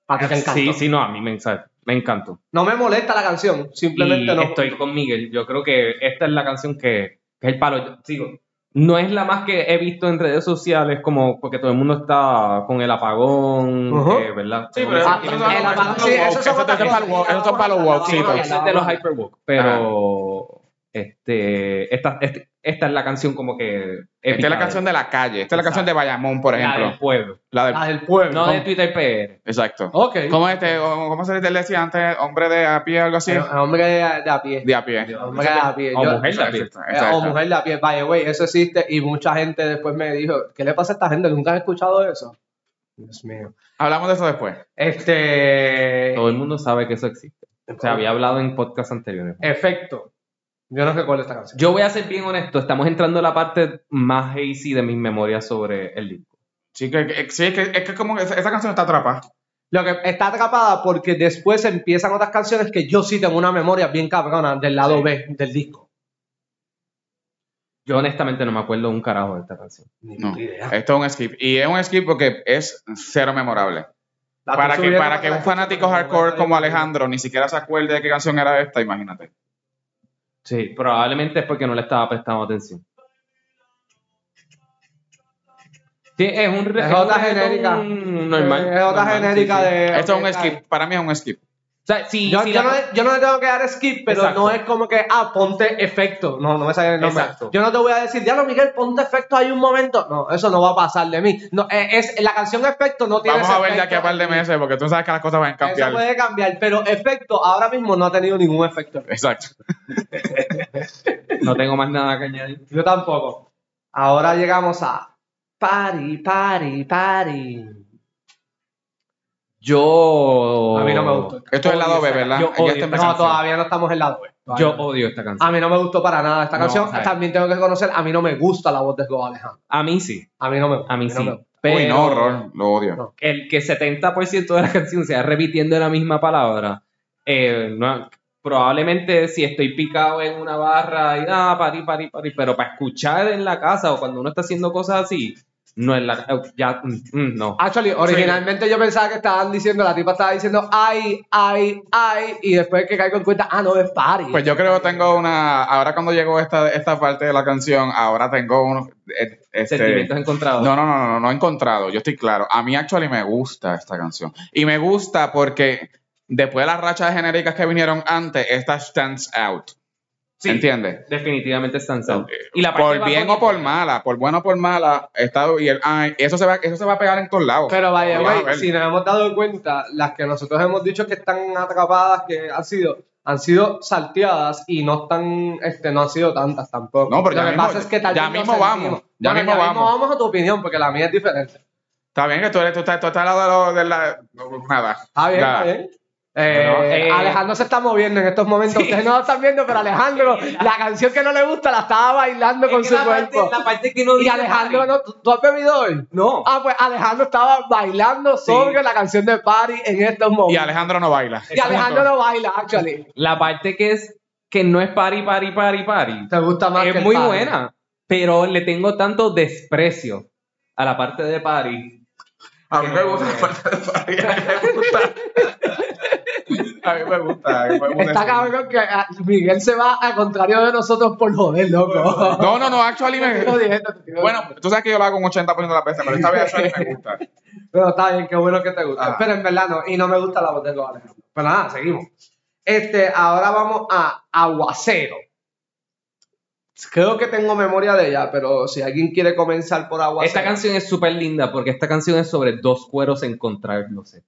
Speaker 2: A ti te encantó.
Speaker 1: Sí, sí, no, a mí me, o sea, me encantó.
Speaker 2: No me molesta la canción,
Speaker 1: Y
Speaker 2: simplemente no.
Speaker 1: estoy con Miguel. Yo creo que esta es la canción que, que es el palo. Yo- sigo. No es la más que he visto en redes sociales, como porque todo el mundo está con el apagón,
Speaker 2: Ujú.
Speaker 1: eh, ¿verdad?
Speaker 3: Sí,
Speaker 1: Tengo
Speaker 3: pero
Speaker 1: un
Speaker 3: eso-
Speaker 2: Ah,
Speaker 1: sentimiento-
Speaker 3: eso-
Speaker 2: el
Speaker 3: eso-
Speaker 2: apagón,
Speaker 3: eso-
Speaker 2: sí,
Speaker 3: eso-
Speaker 2: esos son
Speaker 3: eso-
Speaker 2: otras
Speaker 3: eso-
Speaker 2: cosas.
Speaker 3: eso- eso- eso- palo
Speaker 1: Sí,
Speaker 3: wowcitos.
Speaker 1: ese es de los Hyperwalk, pero este, esta, este- esta es la canción como que...
Speaker 3: Esta es la canción de la calle. Esta es la canción de Bayamón, por
Speaker 1: la
Speaker 3: ejemplo.
Speaker 1: del pueblo,
Speaker 3: La del...
Speaker 2: La Ah, del pueblo.
Speaker 1: no de Twitter PR.
Speaker 3: Exacto.
Speaker 2: Ok.
Speaker 3: ¿Cómo es este? o- ¿Cómo se le decía antes? Hombre de a pie, algo así.
Speaker 2: Eh, Hombre de, de a pie.
Speaker 3: De a pie.
Speaker 2: Hombre de a pie.
Speaker 1: O
Speaker 2: Yo-
Speaker 1: mujer de a pie.
Speaker 2: Eh,
Speaker 3: Exacto.
Speaker 2: O mujer de a pie, vaya, güey, eso existe. Y mucha gente después me dijo, ¿qué le pasa a esta gente? ¿Nunca han escuchado eso? Dios mío.
Speaker 3: Hablamos de eso después.
Speaker 2: Este.
Speaker 1: Todo el mundo sabe que eso existe. O sea, había hablado en podcasts anteriores.
Speaker 2: Efecto. Yo no recuerdo esta canción.
Speaker 1: Yo voy a ser bien honesto, estamos entrando a la parte más hazy de mis memorias sobre el disco.
Speaker 3: Sí, que, que- sí, es que es que como que esa, esa canción está atrapada.
Speaker 2: Lo que está atrapada porque después empiezan otras canciones que yo sí tengo una memoria bien cabrona del lado
Speaker 1: Sí.
Speaker 2: B del disco.
Speaker 1: Yo honestamente no me acuerdo un carajo de esta canción.
Speaker 2: Ni
Speaker 3: No. Eh,
Speaker 2: puta idea.
Speaker 3: Esto es un skip. Y es un skip porque es cero memorable.
Speaker 2: La
Speaker 3: para
Speaker 2: estoy
Speaker 3: que,
Speaker 2: subiendo
Speaker 3: para que un
Speaker 2: Ah, la
Speaker 3: fanático
Speaker 2: escuche,
Speaker 3: hardcore
Speaker 2: pero no
Speaker 3: como
Speaker 2: me acuerdo.
Speaker 3: Alejandro ni siquiera se acuerde de qué canción era esta, imagínate.
Speaker 1: Sí, probablemente es porque no le estaba prestando atención. Sí, es un re-
Speaker 2: Es
Speaker 1: un
Speaker 2: otra
Speaker 1: reggaetón Normal.
Speaker 2: Eh, Es otra
Speaker 1: normal, sí,
Speaker 2: genérica
Speaker 1: sí.
Speaker 2: de.
Speaker 3: Esto es un
Speaker 2: está bien.
Speaker 3: skip. Para mí es un skip.
Speaker 1: O sea, si,
Speaker 2: Yo,
Speaker 1: si
Speaker 2: yo
Speaker 1: la-
Speaker 2: no, le- yo no le tengo que dar skip, pero
Speaker 1: Exacto.
Speaker 2: no es como que, ah, ponte efecto. No, no me sale el nombre.
Speaker 1: Exacto.
Speaker 2: Yo no te voy a decir, diablo, Miguel, ponte efecto hay un momento. No, eso no va a pasar de mí. No, eh, es, la canción efecto no tiene
Speaker 3: Vamos
Speaker 2: ese
Speaker 3: a ver de
Speaker 2: efecto
Speaker 3: aquí a par de
Speaker 2: en mí.
Speaker 3: meses porque tú sabes que las cosas van a
Speaker 2: Eso
Speaker 3: cambiar.
Speaker 2: puede cambiar, pero efecto ahora mismo no ha tenido ningún efecto. en mí.
Speaker 3: Exacto.
Speaker 1: no tengo más nada que añadir.
Speaker 2: Yo tampoco. Ahora llegamos a Party, Party, Party.
Speaker 1: Yo.
Speaker 2: A mí no me gusta
Speaker 1: esto.
Speaker 3: Esto es el lado B, ¿verdad?
Speaker 1: Yo
Speaker 3: Ya
Speaker 1: odio
Speaker 3: está
Speaker 1: esta
Speaker 3: empezando.
Speaker 1: canción.
Speaker 2: No, todavía no estamos en lado B. todavía
Speaker 1: Yo
Speaker 2: no.
Speaker 1: odio esta canción.
Speaker 2: A mí no me gustó para nada esta
Speaker 1: No,
Speaker 2: canción.
Speaker 1: o sea,
Speaker 2: También tengo que reconocer, a mí no me gusta la voz de Slobo Alejandro.
Speaker 1: A mí sí,
Speaker 2: A mí no me gusta.
Speaker 1: a mí
Speaker 2: no
Speaker 1: sí.
Speaker 2: me gusta.
Speaker 1: Pero
Speaker 3: Uy, no, horror, lo odio.
Speaker 2: No.
Speaker 1: el que 70% de la canción sea repitiendo la misma palabra, eh, no- probablemente si estoy picado en una barra y ah, nada, pari, pari, pari, pero para escuchar en la casa o cuando uno está haciendo cosas así, no es la... Ya, mm, mm, no.
Speaker 2: Actually, originalmente yo pensaba que estaban diciendo, la tipa estaba diciendo ay, ay, ay, y después que caigo en cuenta, ah, no, es party.
Speaker 3: Pues yo creo que tengo una. Ahora, cuando llegó esta, esta parte de la canción, ahora tengo unos. eh, este-
Speaker 1: Sentimientos encontrados.
Speaker 3: No, no, no, no, no he encontrado, yo estoy claro. A mí actually me gusta esta canción. Y me gusta porque después de las rachas genéricas que vinieron antes, esta stands out.
Speaker 1: Sí.
Speaker 3: ¿Entiendes?
Speaker 1: Definitivamente están sound.
Speaker 3: Por bien o por mala, por bueno o por mala, está, y el- ay, eso, se va, eso se va a pegar en todos lados.
Speaker 2: Pero vaya,
Speaker 3: Lo vas a ver.
Speaker 2: si nos hemos dado cuenta, las que nosotros hemos dicho que están atrapadas, que han sido, han sido salteadas y no están, este, no han sido tantas tampoco.
Speaker 3: No, pero
Speaker 2: Lo
Speaker 3: ya
Speaker 2: que
Speaker 3: mismo-
Speaker 2: pasa es que tal
Speaker 3: ya
Speaker 2: vez nos
Speaker 3: mismo vamos,
Speaker 2: sentimos. No,
Speaker 3: ya
Speaker 2: no,
Speaker 3: mismo vamos.
Speaker 2: vamos a tu opinión, porque la mía es diferente.
Speaker 3: Está bien que tú, eres- tú estás, tú estás al lado de, lo- de la. no, Nada.
Speaker 2: Está Ah, bien,
Speaker 3: Nada.
Speaker 2: está bien. Eh,
Speaker 1: Bueno, eh,
Speaker 2: Alejandro se está moviendo en estos momentos. Ustedes no lo están viendo, pero Alejandro, la canción que no le gusta, la estaba bailando con su cuerpo.
Speaker 1: que no
Speaker 2: Y Alejandro, no, ¿tú, tú has bebido hoy?
Speaker 1: No.
Speaker 2: Ah, pues Alejandro estaba bailando sobre la canción de Party en estos momentos.
Speaker 3: Y Alejandro no baila.
Speaker 2: Y Alejandro no baila, actually.
Speaker 1: La parte que es que no es pari, pari, pari, pari.
Speaker 2: Te gusta más que
Speaker 1: Es
Speaker 2: el
Speaker 1: muy
Speaker 2: party.
Speaker 1: buena, pero le tengo tanto desprecio a la parte de pari.
Speaker 3: A mí me gusta la parte de Fabián, me gusta. A mí me gusta. a mí me gusta.
Speaker 2: Está cabrón que ah, Miguel se va al contrario de nosotros por joder, loco.
Speaker 3: No, no, no, actually
Speaker 2: Te estoy
Speaker 3: me.
Speaker 2: jodiendo, te estoy
Speaker 3: Bueno, tú sabes que yo lo hago un 80% de las veces, pero esta vez actually me gusta.
Speaker 2: Pero está bien, qué bueno que te gusta.
Speaker 3: Ajá.
Speaker 2: Pero en verdad no, y no me gusta la voz de los Alejandro. Pero nada, seguimos. Este, ahora vamos a Aguacero. Creo que tengo memoria de ella, pero si alguien quiere comenzar por Aguacero.
Speaker 1: Esta canción es súper linda porque esta canción es sobre dos cueros encontrándose.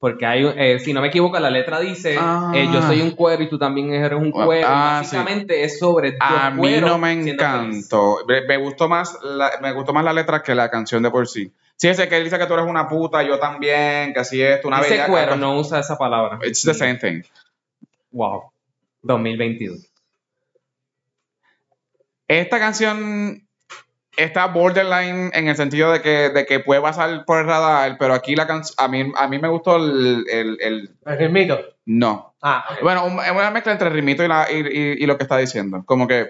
Speaker 1: Porque hay, un- eh, si no me equivoco, la letra dice,
Speaker 3: Ah.
Speaker 1: eh, yo soy un cuero y tú también eres un
Speaker 3: Ah,
Speaker 1: cuero.
Speaker 3: ah,
Speaker 1: Básicamente es sobre dos
Speaker 3: A mí
Speaker 1: cueros
Speaker 3: no me
Speaker 1: siendo felices.
Speaker 3: encantó. Me, me gustó más la, me gustó más la letra que la canción de por sí. Sí, ese que él dice que tú eres una puta, yo también, que así es, tú una
Speaker 1: Dice
Speaker 3: bellaca,
Speaker 1: cuero,
Speaker 3: pues,
Speaker 1: no usa esa palabra.
Speaker 3: It's the same thing.
Speaker 1: Wow. 2022.
Speaker 3: Esta canción está borderline en el sentido de que, de que puede pasar por el radar, pero aquí la canción, a mí, a mí me gustó el, el- el-
Speaker 2: El ritmito.
Speaker 3: no.
Speaker 2: Ah, ok.
Speaker 3: Bueno, un- es una mezcla entre el rimito y, la- y- y- y lo que está diciendo. Como que...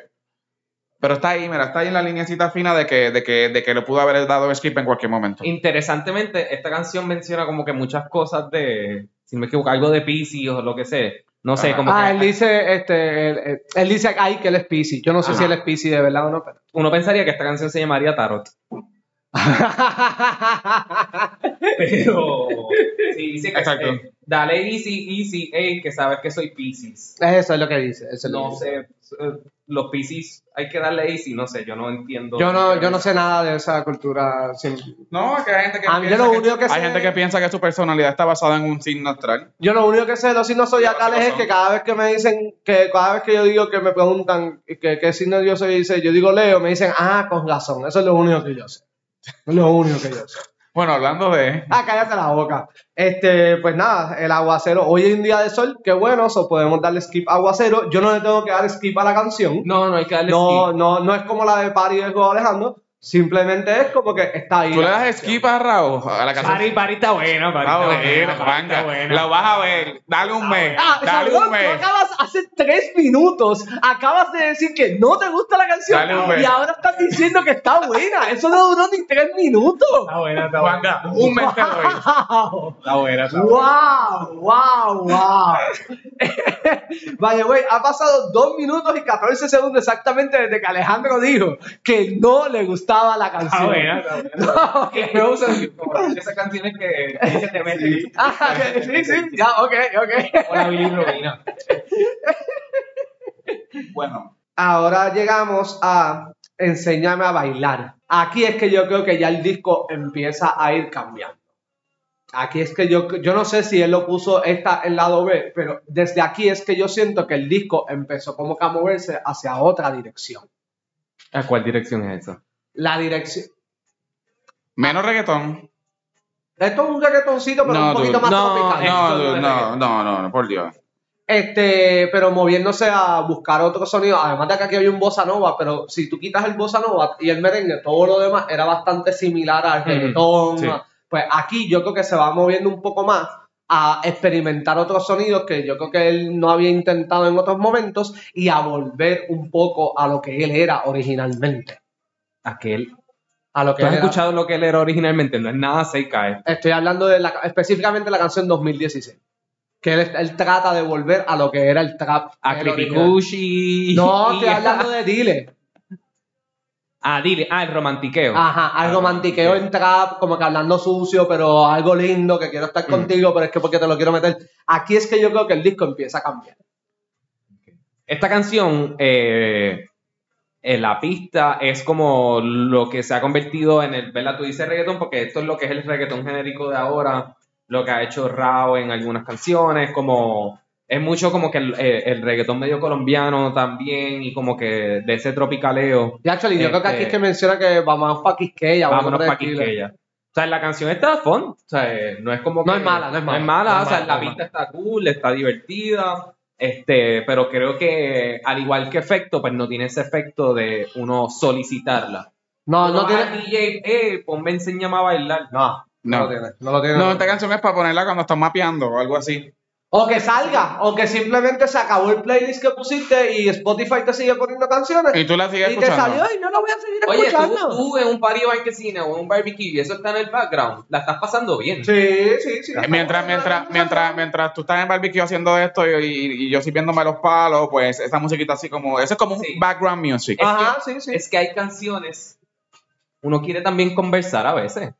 Speaker 3: Pero está ahí, mira, está ahí en la lineacita fina de que, de que, de que le pudo haber dado skip en cualquier momento.
Speaker 1: Interesantemente, esta canción menciona como que muchas cosas de, si no me equivoco, algo de Pisces o lo que sea. No sé,
Speaker 3: Ajá.
Speaker 1: como
Speaker 2: Ah,
Speaker 1: que
Speaker 2: él dice, este, él, él- él dice ahí que él es Pisi. Yo no sé
Speaker 1: Ajá.
Speaker 2: si él es Pisi de verdad o no, pero.
Speaker 1: uno pensaría que esta canción se llamaría Tarot. Pero sí, dice que
Speaker 3: Exacto.
Speaker 1: eh, dale easy, easy, ey, que sabes que soy Pisces.
Speaker 2: eso es lo que dice. eso es lo
Speaker 1: No
Speaker 2: que
Speaker 1: sé,
Speaker 2: dice.
Speaker 1: eh, los Pisces hay que darle easy, no sé, yo no entiendo.
Speaker 2: Yo no, yo no sé nada de esa cultura. sin-
Speaker 3: No, es que hay gente que
Speaker 2: A mí
Speaker 3: piensa
Speaker 2: lo
Speaker 3: que-
Speaker 2: único que
Speaker 3: hay
Speaker 2: sé-
Speaker 3: gente que piensa que su personalidad está basada en un signo astral.
Speaker 2: Yo lo único que sé de los signos zodiacales
Speaker 3: Tienes
Speaker 2: es
Speaker 3: razón.
Speaker 2: que cada vez que me dicen, que cada vez que yo digo que me preguntan que- qué signo yo soy, dice, yo digo Leo, me dicen, ah, con razón. Eso es lo único que yo sé. Es lo único que yo sé.
Speaker 3: Bueno, hablando de...
Speaker 2: Ah, cállate la boca. Este, pues nada, el aguacero. Hoy en día de sol, qué bueno, so podemos darle skip a aguacero. Yo no le tengo que dar skip a la canción.
Speaker 1: No, no hay que darle
Speaker 2: No,
Speaker 1: skip.
Speaker 2: no, no es como la de Party de Juan Alejandro. Simplemente es como que está ahí.
Speaker 3: ¿Tú le
Speaker 2: la
Speaker 3: das
Speaker 2: canción.
Speaker 3: skip a Raúl? A la canción.
Speaker 1: Pari, pari está buena, pari.
Speaker 3: Ah,
Speaker 1: está
Speaker 3: bueno,
Speaker 1: buena, pari,
Speaker 3: Juanca,
Speaker 1: está buena.
Speaker 3: La vas a ver. Dale un mes.
Speaker 2: Ah,
Speaker 3: Dale
Speaker 2: Salvador,
Speaker 3: un
Speaker 2: tú
Speaker 3: mes.
Speaker 2: acabas hace tres minutos, acabas de decir que no te gusta la canción
Speaker 3: Dale un mes.
Speaker 2: y ahora estás diciendo que está buena. Eso no duró ni tres minutos.
Speaker 1: Está buena, está buena.
Speaker 3: Juanca, un mes te doy.
Speaker 2: Wow,
Speaker 1: Está buena, está buena.
Speaker 2: wow, wow. wow. Vaya, güey, ha pasado dos minutos y 14 segundos exactamente desde que Alejandro dijo que no le gustaba
Speaker 1: Está
Speaker 2: la
Speaker 3: Ah,
Speaker 2: canción.
Speaker 1: buena, está buena. Que no usan como esas canciones que, que te meten
Speaker 2: Ah, sí, sí, ya, ok, ok.
Speaker 1: con la bilirrubina.
Speaker 3: Bueno.
Speaker 2: Ahora llegamos a Enséñame a bailar. Aquí es que yo creo que ya el disco empieza a ir cambiando. Aquí es que yo, yo no sé si él lo puso esta en lado B, pero desde aquí es que yo siento que el disco empezó como que a moverse hacia otra dirección.
Speaker 1: ¿A cuál dirección es esa?
Speaker 2: La dirección.
Speaker 3: Menos reggaetón.
Speaker 2: Esto es un reggaetoncito, pero
Speaker 3: No,
Speaker 2: un poquito
Speaker 3: dude,
Speaker 2: más
Speaker 3: no,
Speaker 2: tropical.
Speaker 3: no,
Speaker 2: Esto
Speaker 3: dude,
Speaker 2: es
Speaker 3: no,
Speaker 2: reggaetón.
Speaker 3: no, no, no, por Dios.
Speaker 2: Este, pero moviéndose a buscar otro sonido. Además de que aquí había un bossa nova, pero si tú quitas el bossa nova y el merengue, todo lo demás era bastante similar al
Speaker 1: Ujú,
Speaker 2: reggaetón.
Speaker 1: sí.
Speaker 2: a- Pues aquí yo creo que se va moviendo un poco más a experimentar otros sonidos que yo creo que él no había intentado en otros momentos y a volver un poco a lo que él era originalmente.
Speaker 1: Aquel.
Speaker 2: A lo que
Speaker 1: ¿Tú has
Speaker 2: él era.
Speaker 1: escuchado lo que él era originalmente? No es nada cerca. eh.
Speaker 2: Estoy hablando de la, específicamente la canción 2016. Que él, él trata de volver a lo que era el trap.
Speaker 1: A
Speaker 2: el original.
Speaker 1: Creepy
Speaker 2: No,
Speaker 1: te
Speaker 2: estoy hablando de Dile.
Speaker 1: Ah, dile. Ah, el romantiqueo.
Speaker 2: Ajá, algo
Speaker 1: Ah,
Speaker 2: mantiqueo en trap, como que hablando sucio, pero algo lindo, que quiero estar
Speaker 1: Mm.
Speaker 2: contigo, pero es que porque te lo quiero meter. Aquí es que yo creo que el disco empieza a cambiar.
Speaker 1: Esta canción, eh, en la pista, es como lo que se ha convertido en el, ¿verdad? Tú dices reggaetón porque esto es lo que es el reggaetón genérico de ahora, lo que ha hecho Rao en algunas canciones, como es mucho como que el, eh, el reggaetón medio colombiano también y como que de ese tropicaleo.
Speaker 2: Y actually, yo creo que
Speaker 1: Este-
Speaker 2: aquí es que menciona que vamos pa' Quisqueya. vamos
Speaker 1: Vámonos
Speaker 2: por
Speaker 1: para
Speaker 2: el Dile.
Speaker 1: Quisqueya. O sea, la canción está fun. O sea, eh, no es como
Speaker 2: No
Speaker 1: que-
Speaker 2: es mala, no es mala. No es
Speaker 1: o sea,
Speaker 2: mala,
Speaker 1: la
Speaker 2: no es
Speaker 1: pista está cool, está divertida. Este, pero creo que al igual que efecto, pues no tiene ese efecto de uno solicitarla.
Speaker 2: No,
Speaker 1: Uno
Speaker 2: no
Speaker 1: va
Speaker 2: tiene.
Speaker 1: al DJ, eh, ponme enséñame a bailar.
Speaker 2: No, no, lo
Speaker 3: No.
Speaker 2: tiene. No lo tiene.
Speaker 3: No, esta canción es para ponerla cuando estás mapeando o algo así.
Speaker 2: O que salga, o que simplemente se acabó el playlist que pusiste y Spotify te sigue poniendo canciones.
Speaker 3: Y tú la sigues
Speaker 2: Y te
Speaker 3: escuchando.
Speaker 2: salió y no lo voy a seguir
Speaker 1: Oye, tú,
Speaker 2: escuchando.
Speaker 1: tú en un party de banquecina o en un barbecue y eso está en el background, la estás pasando bien.
Speaker 2: Sí, sí, sí.
Speaker 3: Eh, Mientras, mientras, mientras, mientras tú estás en barbecue haciendo esto y, y- y yo sirviéndome los palos, pues esa musiquita así como, eso es como un
Speaker 1: Sí.
Speaker 3: background music.
Speaker 2: Ajá, sí,
Speaker 3: este,
Speaker 2: sí.
Speaker 1: Es que hay canciones, uno quiere también conversar a veces.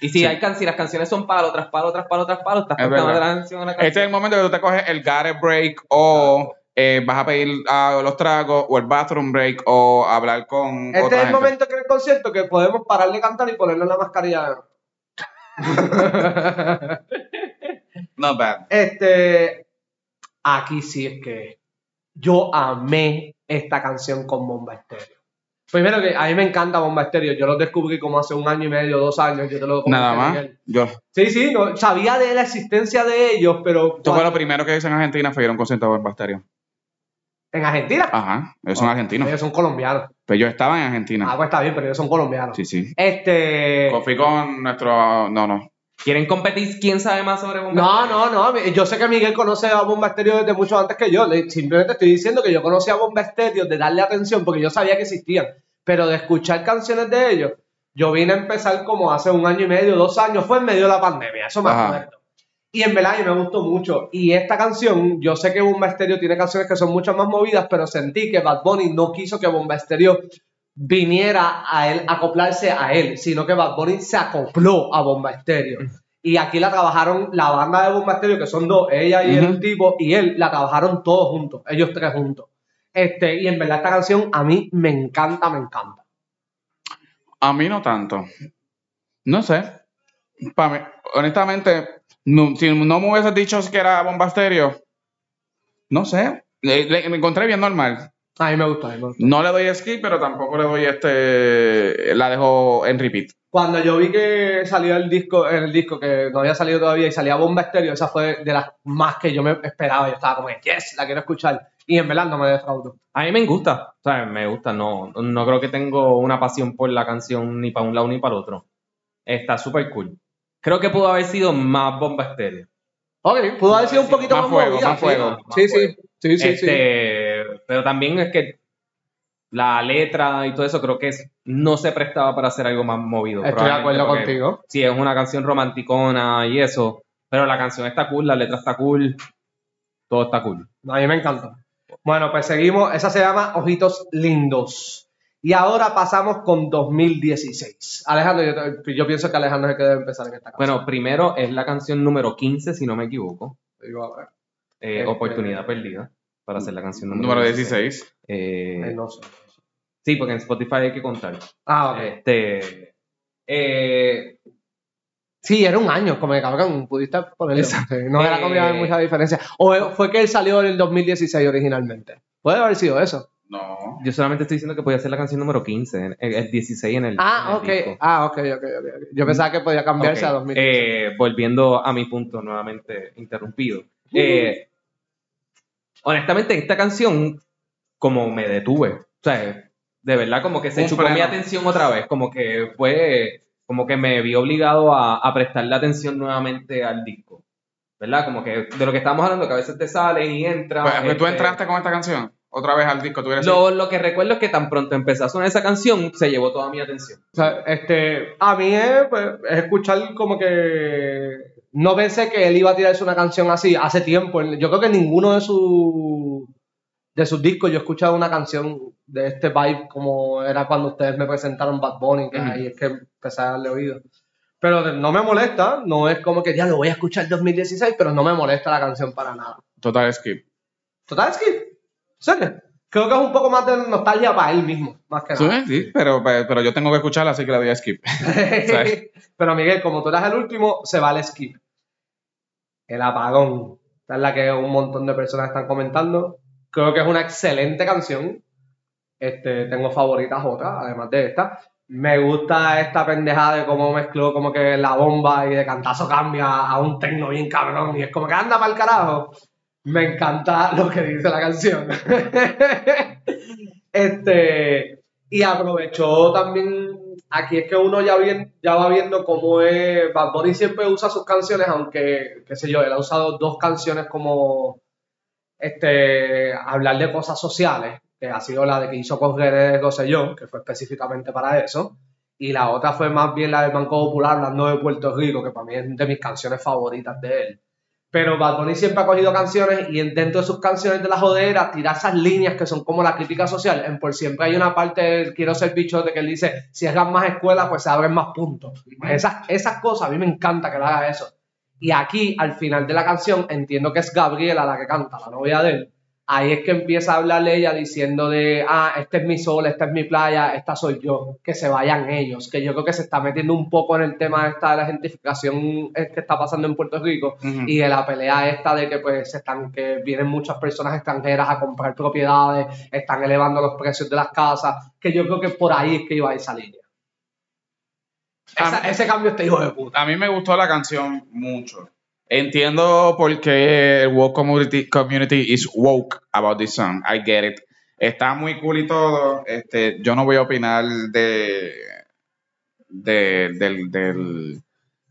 Speaker 1: Y si
Speaker 3: Sí.
Speaker 1: hay can si las canciones son palo tras palo tras palo tras palo, estás
Speaker 3: Es
Speaker 1: cantando
Speaker 3: verdad.
Speaker 1: la canción a la
Speaker 3: Este es
Speaker 1: canción.
Speaker 3: el momento que tú te coges el gare break o eh, vas a pedir ah, los tragos o el bathroom break o hablar con
Speaker 2: Este
Speaker 3: otra
Speaker 2: es el
Speaker 3: gente.
Speaker 2: momento que en el concierto que podemos parar de cantar y ponernos la mascarilla.
Speaker 3: Not bad.
Speaker 2: Este, aquí sí es que yo amé esta canción con Bomba Estéreo. Primero que a mí me encanta Bomba Estéreo. Yo los descubrí como hace un año y medio, dos años. Yo te lo comenté,
Speaker 3: Nada más.
Speaker 2: Miguel.
Speaker 3: Yo.
Speaker 2: Sí, sí, no, sabía de la existencia de ellos, pero
Speaker 3: Esto fue lo primero que hice en Argentina fue ir a un concierto de Bastario.
Speaker 2: en Argentina.
Speaker 3: Ajá. Ellos son argentinos.
Speaker 2: Ellos son colombianos.
Speaker 3: Pero Pues yo estaba en
Speaker 2: Ah,
Speaker 3: Argentina.
Speaker 2: pues está bien, pero ellos son colombianos.
Speaker 3: Sí, sí.
Speaker 2: Este.
Speaker 3: Fui con nuestro. No, no.
Speaker 1: ¿Quieren competir quién sabe más sobre bomba?
Speaker 2: No, no, no. Yo sé que Miguel conoce a Bomba Estéreo desde mucho antes que yo. Le- Simplemente estoy diciendo que yo conocí a Bomba Estéreo de darle atención porque yo sabía que existían. Pero de escuchar canciones de ellos, yo vine a empezar como hace un año y medio, dos años. Fue en medio de la pandemia, eso me
Speaker 3: Ajá.
Speaker 2: acuerdo. Y en verdad, a mí me gustó mucho. Y esta canción, yo sé que Bomba Estéreo tiene canciones que son mucho más movidas, pero sentí que Bad Bunny no quiso que Bomba Estéreo viniera a él, acoplarse a él, sino que Bad Bunny se acopló a Bomba Estéreo. Y aquí la trabajaron la banda de Bomba Estéreo, que son dos, ella y
Speaker 3: Ujú.
Speaker 2: el tipo, y él, la trabajaron todos juntos, ellos tres juntos. Este, y en verdad esta canción a mí me encanta, me encanta.
Speaker 3: A mí no tanto. No sé. Para mí, honestamente, no- si no me hubieses dicho que era bombasterio, no sé. Le- le- me encontré bien normal.
Speaker 2: A mí me gusta, a mí me gusta.
Speaker 3: No le doy skip, pero tampoco le doy este. La dejo en repeat.
Speaker 2: Cuando yo vi que salió el disco, el disco que no había salido todavía y salía Bomba Estéreo, esa fue de las más que yo me esperaba. Yo estaba como, yes, la quiero escuchar. Y en verdad no me defraudó.
Speaker 1: A mí me gusta, o sea, me gusta, no, no creo que tengo una pasión por la canción ni para un lado ni para el otro. Está súper cool. Creo que pudo haber sido más bomba estéreo.
Speaker 2: Ok, pudo haber sido un poquito más,
Speaker 3: Más fuego,
Speaker 2: movida,
Speaker 3: más
Speaker 2: sí.
Speaker 3: fuego,
Speaker 1: más
Speaker 2: Sí, sí,
Speaker 1: fuego.
Speaker 2: sí, sí, sí.
Speaker 1: Este, Pero también es que la letra y todo eso creo que es- no se prestaba para hacer algo más movido.
Speaker 2: Estoy de
Speaker 1: probablemente
Speaker 2: acuerdo
Speaker 1: porque
Speaker 2: contigo.
Speaker 1: Sí, es una canción romanticona y eso, pero la canción está cool, la letra está cool, todo está cool.
Speaker 2: A mí me encanta. Bueno, pues seguimos. Esa se llama Ojitos Lindos. Y ahora pasamos con 2016. Alejandro, yo, yo pienso que Alejandro es el que debe empezar en esta canción.
Speaker 1: Bueno, primero es la canción número 15, si no me equivoco.
Speaker 2: Digo, a ver,
Speaker 1: Eh,
Speaker 2: Este-
Speaker 1: Oportunidad perdida para hacer la canción número,
Speaker 3: Número 16.
Speaker 1: Eh,
Speaker 2: eh, no sé.
Speaker 1: sí, porque en Spotify hay que contar.
Speaker 2: Ah, ok.
Speaker 1: Este, eh,
Speaker 2: Sí, era un año, como que cabrón, pudiste ponerlo.
Speaker 1: Exacto.
Speaker 2: Sí, no era como que había
Speaker 1: Eh,
Speaker 2: mucha diferencia. O eh, fue que él salió en el 2016 originalmente. Puede haber sido eso.
Speaker 3: No.
Speaker 1: Yo solamente estoy diciendo que podía ser la canción número 15, en- el, el 16 en el. en
Speaker 2: Ah,
Speaker 1: el
Speaker 2: ok.
Speaker 1: disco.
Speaker 2: Ah, ok, ok, ok. Yo pensaba que podía cambiarse
Speaker 1: Ok,
Speaker 2: a 2000.
Speaker 1: eh, volviendo a mi punto nuevamente interrumpido. Eh, honestamente, esta canción, como me detuve. O sea, de verdad, como que se
Speaker 3: Un
Speaker 1: chupó
Speaker 3: freno.
Speaker 1: mi atención otra vez. Como que fue. Como que me vi obligado a, a prestarle atención nuevamente al disco. ¿Verdad? Como que de lo que estábamos hablando, que a veces te salen y entran.
Speaker 3: Pues, ¿Tú
Speaker 1: este,
Speaker 3: entraste con esta canción? Otra vez al disco, tú eres
Speaker 1: Lo, lo que recuerdo es que tan pronto empezó a sonar esa canción, se llevó toda mi atención.
Speaker 2: O sea, este, a mí es, pues, es escuchar como que no pensé que él iba a tirarse una canción así hace tiempo. Yo creo que en ninguno de sus de sus discos yo he escuchado una canción de este vibe como era cuando ustedes me presentaron Bad Bunny, que
Speaker 1: Ujú.
Speaker 2: ahí es que empecé a darle oído. Pero no me molesta, no es como que ya lo voy a escuchar 2016, pero no me molesta la canción para nada.
Speaker 3: Total skip.
Speaker 2: Total, es que, ¿sabes? Creo que es un poco más de nostalgia para él mismo, más que
Speaker 3: Sí,
Speaker 2: nada.
Speaker 3: sí, pero, pues, pero yo tengo que escucharla, así que la voy a skip. ¿Sabes?
Speaker 2: Pero Miguel, como tú eras el último, se va el skip. El apagón. Esta es la que un montón de personas están comentando. Creo que es una excelente canción. Este, tengo favoritas otras, además de esta. Me gusta esta pendejada de cómo mezcló como que la bomba y de cantazo cambia a un tecno bien cabrón. Y es como que anda para el carajo. Me encanta lo que dice la canción. este. Y aprovechó también, aquí es que uno ya, bien, ya va viendo cómo es, Bad Bunny siempre usa sus canciones, aunque, qué sé yo, él ha usado dos canciones como, este, hablar de cosas sociales, que ha sido la de que hizo con Jerez Rosselló, que fue específicamente para eso, y la otra fue más bien la del Banco Popular, hablando de Puerto Rico, que para mí es de mis canciones favoritas de él. Pero Bad Bunny siempre ha cogido canciones y en- dentro de sus canciones de la jodera tira esas líneas que son como la crítica social. En por siempre hay una parte del quiero ser bichote que él dice, si hagan más escuelas, pues se abren más puntos. Pues esas, esas cosas, a mí me encanta que le haga eso. Y aquí, al final de la canción, entiendo que es Gabriela la que canta, la novia de él. Ahí es que empieza a hablarle ella diciendo de, ah, este es mi sol, esta es mi playa, esta soy yo, que se vayan ellos. Que yo creo que se está metiendo un poco en el tema esta de la gentrificación eh, que está pasando en Puerto Rico y de la pelea esta de que pues se están que vienen muchas personas extranjeras a comprar propiedades, están elevando los precios de las casas, que yo creo que por ahí es que iba esa línea. Esa-
Speaker 3: Ah.
Speaker 2: ese cambio este hijo de puta.
Speaker 3: A mí me gustó la canción mucho. Entiendo por qué el woke community, community is woke about this song. I get it. Está muy cool y todo. Este, yo no voy a opinar de, de- del, del,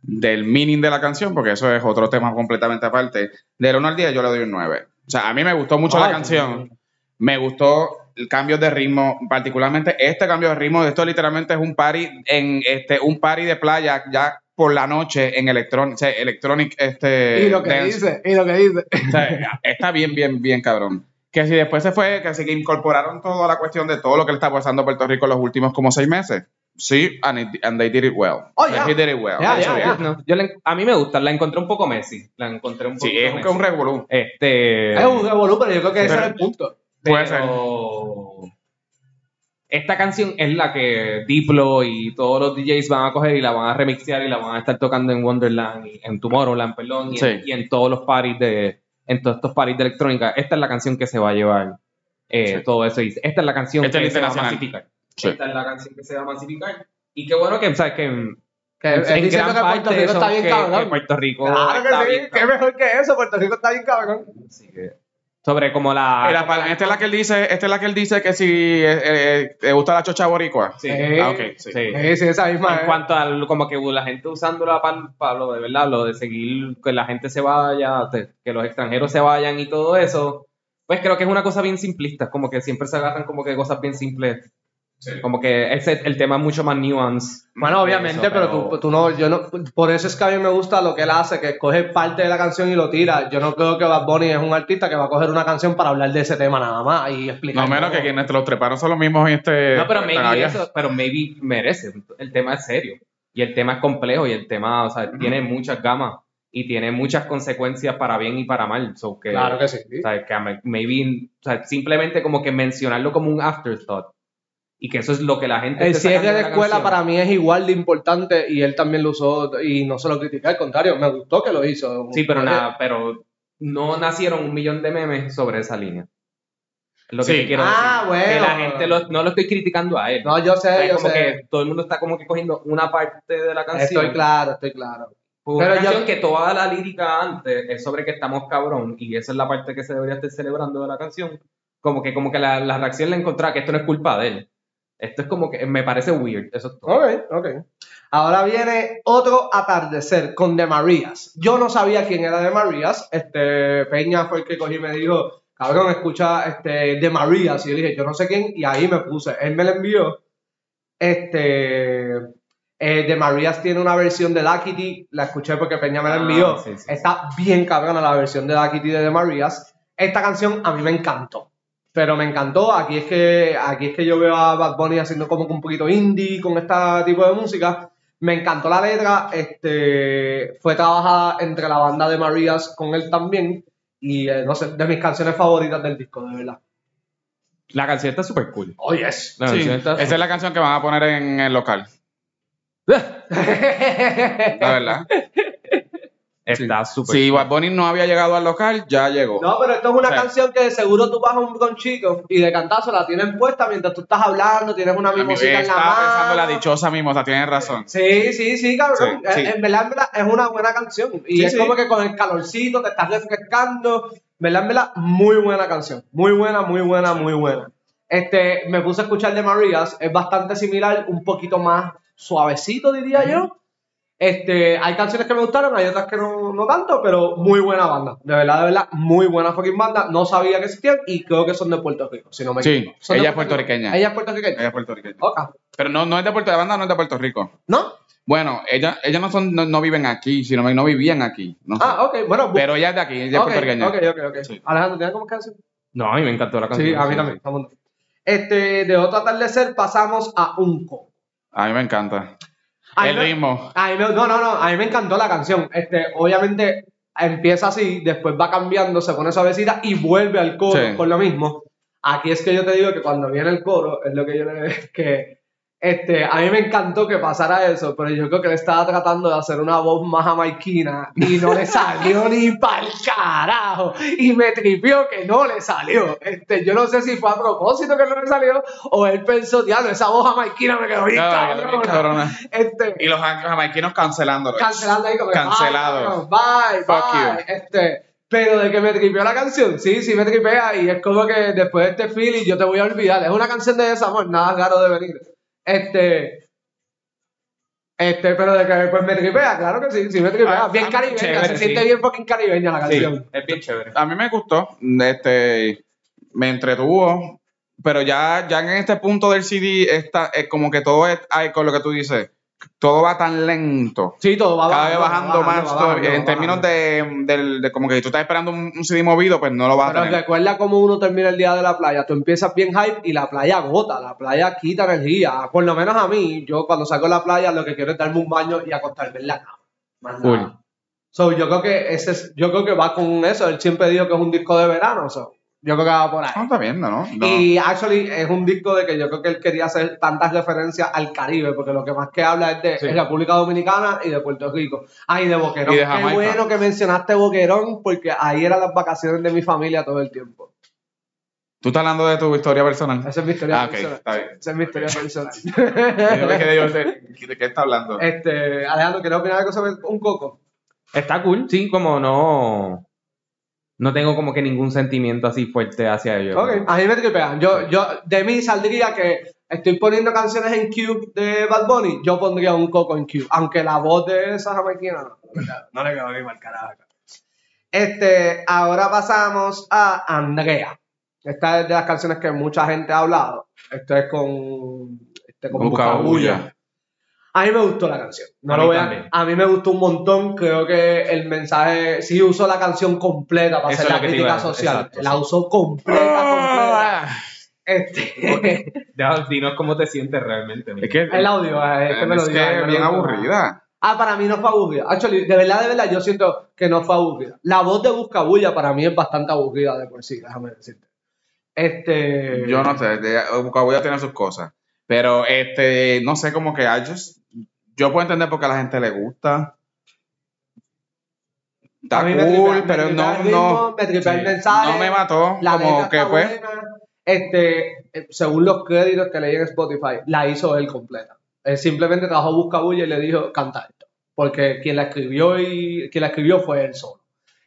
Speaker 3: del meaning de la canción porque eso es otro tema completamente aparte. Del 1 al 10 yo le doy un 9. O sea, a mí me gustó mucho la
Speaker 2: Ay,
Speaker 3: canción. Me gustó el cambio de ritmo, particularmente este cambio de ritmo. Esto literalmente es un party en este un party de playa ya por la noche en electronic, o sea, electronic este
Speaker 2: Y lo que
Speaker 3: dance.
Speaker 2: dice, y lo que dice.
Speaker 3: O sea, está bien, bien, bien cabrón. Que si después se fue, que si que incorporaron toda la cuestión de todo lo que le está pasando a Puerto Rico en los últimos como seis meses. Sí, and, it- and they did it well.
Speaker 2: Oh,
Speaker 3: They
Speaker 2: yeah.
Speaker 3: did it well.
Speaker 2: Yeah, yeah,
Speaker 3: Eso bien.
Speaker 2: yeah.
Speaker 1: No, yo la- a mí me gusta, la encontré un poco Messi. La encontré un poco
Speaker 3: Sí, es un, un
Speaker 1: Messi.
Speaker 3: revolú.
Speaker 1: Este.
Speaker 2: Es un revolú, pero yo creo que ese
Speaker 3: Pero-
Speaker 2: era el punto.
Speaker 3: Puede
Speaker 1: pero Esta canción es la que Diplo y todos los DJs van a coger y la van a remixear y la van a estar tocando en Wonderland, y- en Tomorrowland, perdón, y, en,
Speaker 3: Sí.
Speaker 1: y en todos los parties de. En todos estos parties de electrónica. Esta es la canción que se va a llevar eh,
Speaker 3: Sí.
Speaker 1: todo eso. Y esta es la canción
Speaker 3: Esta es
Speaker 1: que
Speaker 3: la
Speaker 1: se va a
Speaker 3: internacional.
Speaker 1: masificar.
Speaker 3: Sí.
Speaker 1: Esta es la canción que se va a masificar. Y qué bueno que, ¿sabes? que en,
Speaker 2: Que él
Speaker 1: en
Speaker 2: diciendo
Speaker 1: gran
Speaker 2: Eh, que Puerto
Speaker 1: parte
Speaker 2: Rico está
Speaker 1: son
Speaker 2: bien
Speaker 1: que- que
Speaker 2: cabrón.
Speaker 1: Puerto Rico
Speaker 2: Claro
Speaker 1: está
Speaker 2: que sí,
Speaker 1: bien
Speaker 2: qué mejor que eso, Puerto Rico está bien cabrón.
Speaker 1: Así que- sobre como la.
Speaker 3: Mira, pa- esta es la que él dice, esta es la que él dice que si eh, eh, te gusta la chocha boricua.
Speaker 1: Sí.
Speaker 2: Eh,
Speaker 3: Ah, ok, sí.
Speaker 1: sí.
Speaker 2: Sí, sí, esa misma.
Speaker 1: En
Speaker 2: eh.
Speaker 1: cuanto a lo- como que la gente usándola para lo de verdad, lo de seguir que la gente se vaya, te- que los extranjeros se vayan y todo eso, pues creo que es una cosa bien simplista, como que siempre se agarran como que cosas bien simples, como que ese, el tema es mucho más nuance.
Speaker 2: Bueno, obviamente,
Speaker 1: Eso,
Speaker 2: pero,
Speaker 1: pero-
Speaker 2: tú, tú no, yo no, por eso es que a mí me gusta lo que él hace, que coge parte de la canción y lo tira. Yo no creo que Bad Bunny es un artista que va a coger una canción para hablar de ese tema nada más y explicar.
Speaker 3: No menos que quienes te los treparon son los mismos en este.
Speaker 1: No, pero
Speaker 3: están
Speaker 1: maybe
Speaker 3: allá.
Speaker 1: eso, pero maybe merece, el tema es serio y el tema es complejo y el tema, o sea, tiene muchas gamas y tiene muchas consecuencias para bien y para mal, so que
Speaker 2: Claro que sí.
Speaker 1: O sea, que a- maybe, o sea, simplemente como que mencionarlo como un afterthought. Y que eso es lo que la gente.
Speaker 2: El
Speaker 1: esté
Speaker 2: cierre
Speaker 1: sacando
Speaker 2: de
Speaker 1: la
Speaker 2: escuela
Speaker 1: canción.
Speaker 2: para mí es igual de importante y él también lo usó y no se lo criticé, al contrario, me gustó que lo hizo.
Speaker 1: Sí, pero nada, pero no nacieron un millón de memes sobre esa línea. Es lo que
Speaker 3: Sí.
Speaker 1: te quiero
Speaker 2: Ah,
Speaker 1: decir. Que
Speaker 2: bueno.
Speaker 1: la gente lo- no lo estoy criticando a él.
Speaker 2: No, yo
Speaker 1: O sea,
Speaker 2: sé,
Speaker 1: es
Speaker 2: yo
Speaker 1: como
Speaker 2: sé.
Speaker 1: que todo el mundo está como que cogiendo una parte de la canción.
Speaker 2: Estoy claro, estoy claro.
Speaker 1: Pues una
Speaker 2: Pero yo-
Speaker 1: canción que toda la lírica antes es sobre que estamos cabrón y esa es la parte que se debería estar celebrando de la canción. Como que, como que la, la reacción la encontraba que esto no es culpa de él. Esto es como que me parece weird. Eso es todo.
Speaker 2: Ok, ok. Ahora viene otro atardecer con De Marías. Yo no sabía quién era De Marías. Este, Peña fue el que cogí y me dijo, cabrón, escucha este, De Marías. Y yo le dije, yo no sé quién. Y ahí me puse. Él me la envió. Este, eh, De Marías tiene una versión de Duckity. La escuché porque Peña me la
Speaker 1: Ah,
Speaker 2: envió.
Speaker 1: sí, sí.
Speaker 2: Está bien cabrona la versión de Duckity de De Marías. Esta canción a mí me encantó. Pero me encantó. Aquí es que aquí es que yo veo a Bad Bunny haciendo como que un poquito indie con este tipo de música. Me encantó la letra. Este fue trabajada entre la banda de Marías con él también. Y eh, no sé, de mis canciones favoritas del disco, de verdad.
Speaker 1: La canción está súper cool.
Speaker 2: Oh, yes.
Speaker 1: La
Speaker 3: Sí,
Speaker 1: canción
Speaker 3: esa
Speaker 1: está
Speaker 3: es la canción que van a poner en el local, la verdad.
Speaker 1: Está súper
Speaker 3: Si
Speaker 1: cool.
Speaker 3: Bad Bunny no había llegado al local, ya llegó.
Speaker 2: No, pero esto es una
Speaker 3: Sí.
Speaker 2: canción que de seguro tú vas a un conchico y de cantazo la tienen puesta mientras tú estás hablando, tienes una
Speaker 3: A mí
Speaker 2: mimosita en la
Speaker 3: estaba
Speaker 2: mano.
Speaker 3: pensando en la dichosa mimosa, tienes razón.
Speaker 2: Sí, sí, sí, cabrón.
Speaker 3: Sí, sí.
Speaker 2: Eh, En verdad, en verdad, es una buena canción. Y
Speaker 3: Sí,
Speaker 2: es
Speaker 3: sí.
Speaker 2: como que con el calorcito te estás refrescando. En verdad, en verdad, muy buena canción. Muy buena, muy buena, muy buena. Este, me puse a escuchar de Marías. Es bastante similar, un poquito más suavecito, diría yo. Este, hay canciones que me gustaron, hay otras que no, no tanto, pero muy buena banda. De verdad, de verdad, muy buena fucking banda. No sabía que existían y creo que son de Puerto Rico, si no me
Speaker 3: Sí,
Speaker 2: equivoco. Son de
Speaker 3: ella es puertorriqueña.
Speaker 2: Rico. Ella es puertorriqueña.
Speaker 3: Ella es puertorriqueña.
Speaker 2: Ok.
Speaker 3: Pero no, no es de Puerto la banda, no es de Puerto Rico.
Speaker 2: ¿No?
Speaker 3: Bueno, ella, ellas no son, no, no viven aquí, sino no vivían aquí. no sé.
Speaker 2: Ah, ok. Bueno, bu-
Speaker 3: Pero ella es de aquí, ella es
Speaker 2: Ok,
Speaker 3: puertorriqueña.
Speaker 2: Ok, ok, ok.
Speaker 3: Sí.
Speaker 2: Alejandro, ¿tienes como canción?
Speaker 1: No, a mí me encantó la canción.
Speaker 2: Sí, a mí también. vamos. Este, de otro atardecer pasamos a Unco.
Speaker 3: A mí me encanta.
Speaker 2: A mí
Speaker 3: el
Speaker 2: me-
Speaker 3: ritmo.
Speaker 2: a mí me- no, no, no, a mí me encantó la canción. Este, obviamente empieza así, después va cambiando, se pone suavecita y vuelve al coro
Speaker 3: Sí.
Speaker 2: con lo mismo. Aquí es que yo te digo que cuando viene el coro, es lo que yo le que este, a mí me encantó que pasara eso, pero yo creo que le estaba tratando de hacer una voz más jamaiquina y no le salió ni pa'l carajo. Y me tripió que no le salió. Este, yo no sé si fue a propósito que no le salió o él pensó, diablo, esa voz jamaiquina me quedó bien
Speaker 3: No,
Speaker 2: cabrona".
Speaker 3: cabrona.
Speaker 2: Este,
Speaker 3: Y los jama- jamaiquinos cancelándolo.
Speaker 2: cancelando ahí como que,
Speaker 3: Pues, Cancelado.
Speaker 2: Bye, bye,
Speaker 3: Fuck
Speaker 2: bye. Este, pero de que me tripeó la canción, sí, sí me tripea y es como que después de este feeling yo te voy a olvidar. Es una canción de desamor, nada raro de venir. Este, este, pero de que pues me tripea, claro que sí, sí me tripea.
Speaker 3: Ah,
Speaker 2: bien
Speaker 3: ah,
Speaker 2: caribeña,
Speaker 1: chévere,
Speaker 2: se
Speaker 1: sí.
Speaker 2: siente bien fucking caribeña la canción.
Speaker 1: Es bien chévere.
Speaker 3: A mí me gustó. Este, me entretuvo. Pero ya, ya en este punto del CD, está, es como que todo es, ay, con lo que tú dices, todo va tan lento.
Speaker 2: Sí, todo va
Speaker 3: Cada vez
Speaker 2: va
Speaker 3: bajando más.
Speaker 2: va
Speaker 3: todo-
Speaker 2: bajando,
Speaker 3: en
Speaker 2: va
Speaker 3: términos
Speaker 2: bajando.
Speaker 3: de, del- de como que si tú estás esperando un, un CD movido, pues no lo vas a
Speaker 2: Pero
Speaker 3: tener.
Speaker 2: recuerda cómo uno termina el día de la playa. Tú empiezas bien hype y la playa agota, la playa quita energía. Por lo menos a mí, yo cuando salgo a la playa lo que quiero es darme un baño y acostarme en la cama. Más nada.
Speaker 1: Cool.
Speaker 2: So, yo creo que ese es- yo creo que va con eso. Él siempre dijo que es un disco de verano. so, yo creo que va por ahí.
Speaker 3: No, Ah, está bien, ¿no? no.
Speaker 2: Y actually es un disco de que yo creo que él quería hacer tantas referencias al Caribe, porque lo que más que habla es de
Speaker 1: Sí.
Speaker 2: es República Dominicana y de Puerto Rico. Ay, de Boquerón.
Speaker 3: Y de
Speaker 2: Qué
Speaker 3: Jamaica.
Speaker 2: bueno que mencionaste Boquerón, porque ahí eran las vacaciones de mi familia todo el tiempo.
Speaker 3: Tú estás hablando de tu historia personal.
Speaker 2: Esa es mi historia
Speaker 3: Ah, ok,
Speaker 2: personal.
Speaker 3: está bien.
Speaker 2: Esa es mi historia personal.
Speaker 3: Yo me quedé yo, ¿de de qué está hablando?
Speaker 2: este, Alejandro, ¿quieres opinar algo sobre un coco?
Speaker 1: Está cool, sí, como no. No tengo como que ningún sentimiento así fuerte hacia ellos.
Speaker 2: Ok, a mí me tripean. Yo, yo, de mí saldría que estoy poniendo canciones en Cube de Bad Bunny, yo pondría un coco en Cube, aunque la voz de esa jamaiquina no. No le quedó ni mal carajo. Este, ahora pasamos a Andrea. Esta es de las canciones que mucha gente ha hablado. Esto es con, este, con Bucabulla.
Speaker 3: Bucabulla.
Speaker 2: A mí me gustó la canción. No
Speaker 1: A
Speaker 2: lo
Speaker 1: mí
Speaker 2: voy a,
Speaker 1: también.
Speaker 2: a mí me gustó un montón. Creo que el mensaje, sí usó la canción completa para
Speaker 1: Eso
Speaker 2: hacer
Speaker 1: es
Speaker 2: la
Speaker 1: lo que te iba
Speaker 2: crítica
Speaker 1: a decir,
Speaker 2: social.
Speaker 1: exacto,
Speaker 2: la
Speaker 1: sí.
Speaker 2: usó completa, completa. Este,
Speaker 1: Ya, Dinos cómo te sientes realmente.
Speaker 3: Es que,
Speaker 2: el audio, eh, es que me lo
Speaker 3: es
Speaker 2: dio,
Speaker 3: que
Speaker 2: eh, me lo
Speaker 3: bien
Speaker 2: dio.
Speaker 3: aburrida.
Speaker 2: Ah, para mí no fue aburrida. Actually, de verdad, de verdad, yo siento que no fue aburrida. La voz de Buscabulla para mí es bastante aburrida de por sí, déjame decirte. Este.
Speaker 3: Yo no sé, de- Bucabulla tiene sus cosas. Pero, este, no sé, como que I just- yo puedo entender por qué a la gente le gusta. Está
Speaker 2: A mí me
Speaker 3: cool,
Speaker 2: tripea- me
Speaker 3: pero
Speaker 2: tripea
Speaker 3: no,
Speaker 2: el ritmo,
Speaker 3: no,
Speaker 2: me tripea el
Speaker 3: sí,
Speaker 2: mensaje,
Speaker 3: no me mató.
Speaker 2: la letra
Speaker 3: como que
Speaker 2: está
Speaker 3: pues,
Speaker 2: buena. Este, eh, según los créditos que leí en Spotify, la hizo él completa. Él simplemente trabajó Buscabulla y le dijo, canta esto. Porque quien la escribió y quien la escribió fue él solo.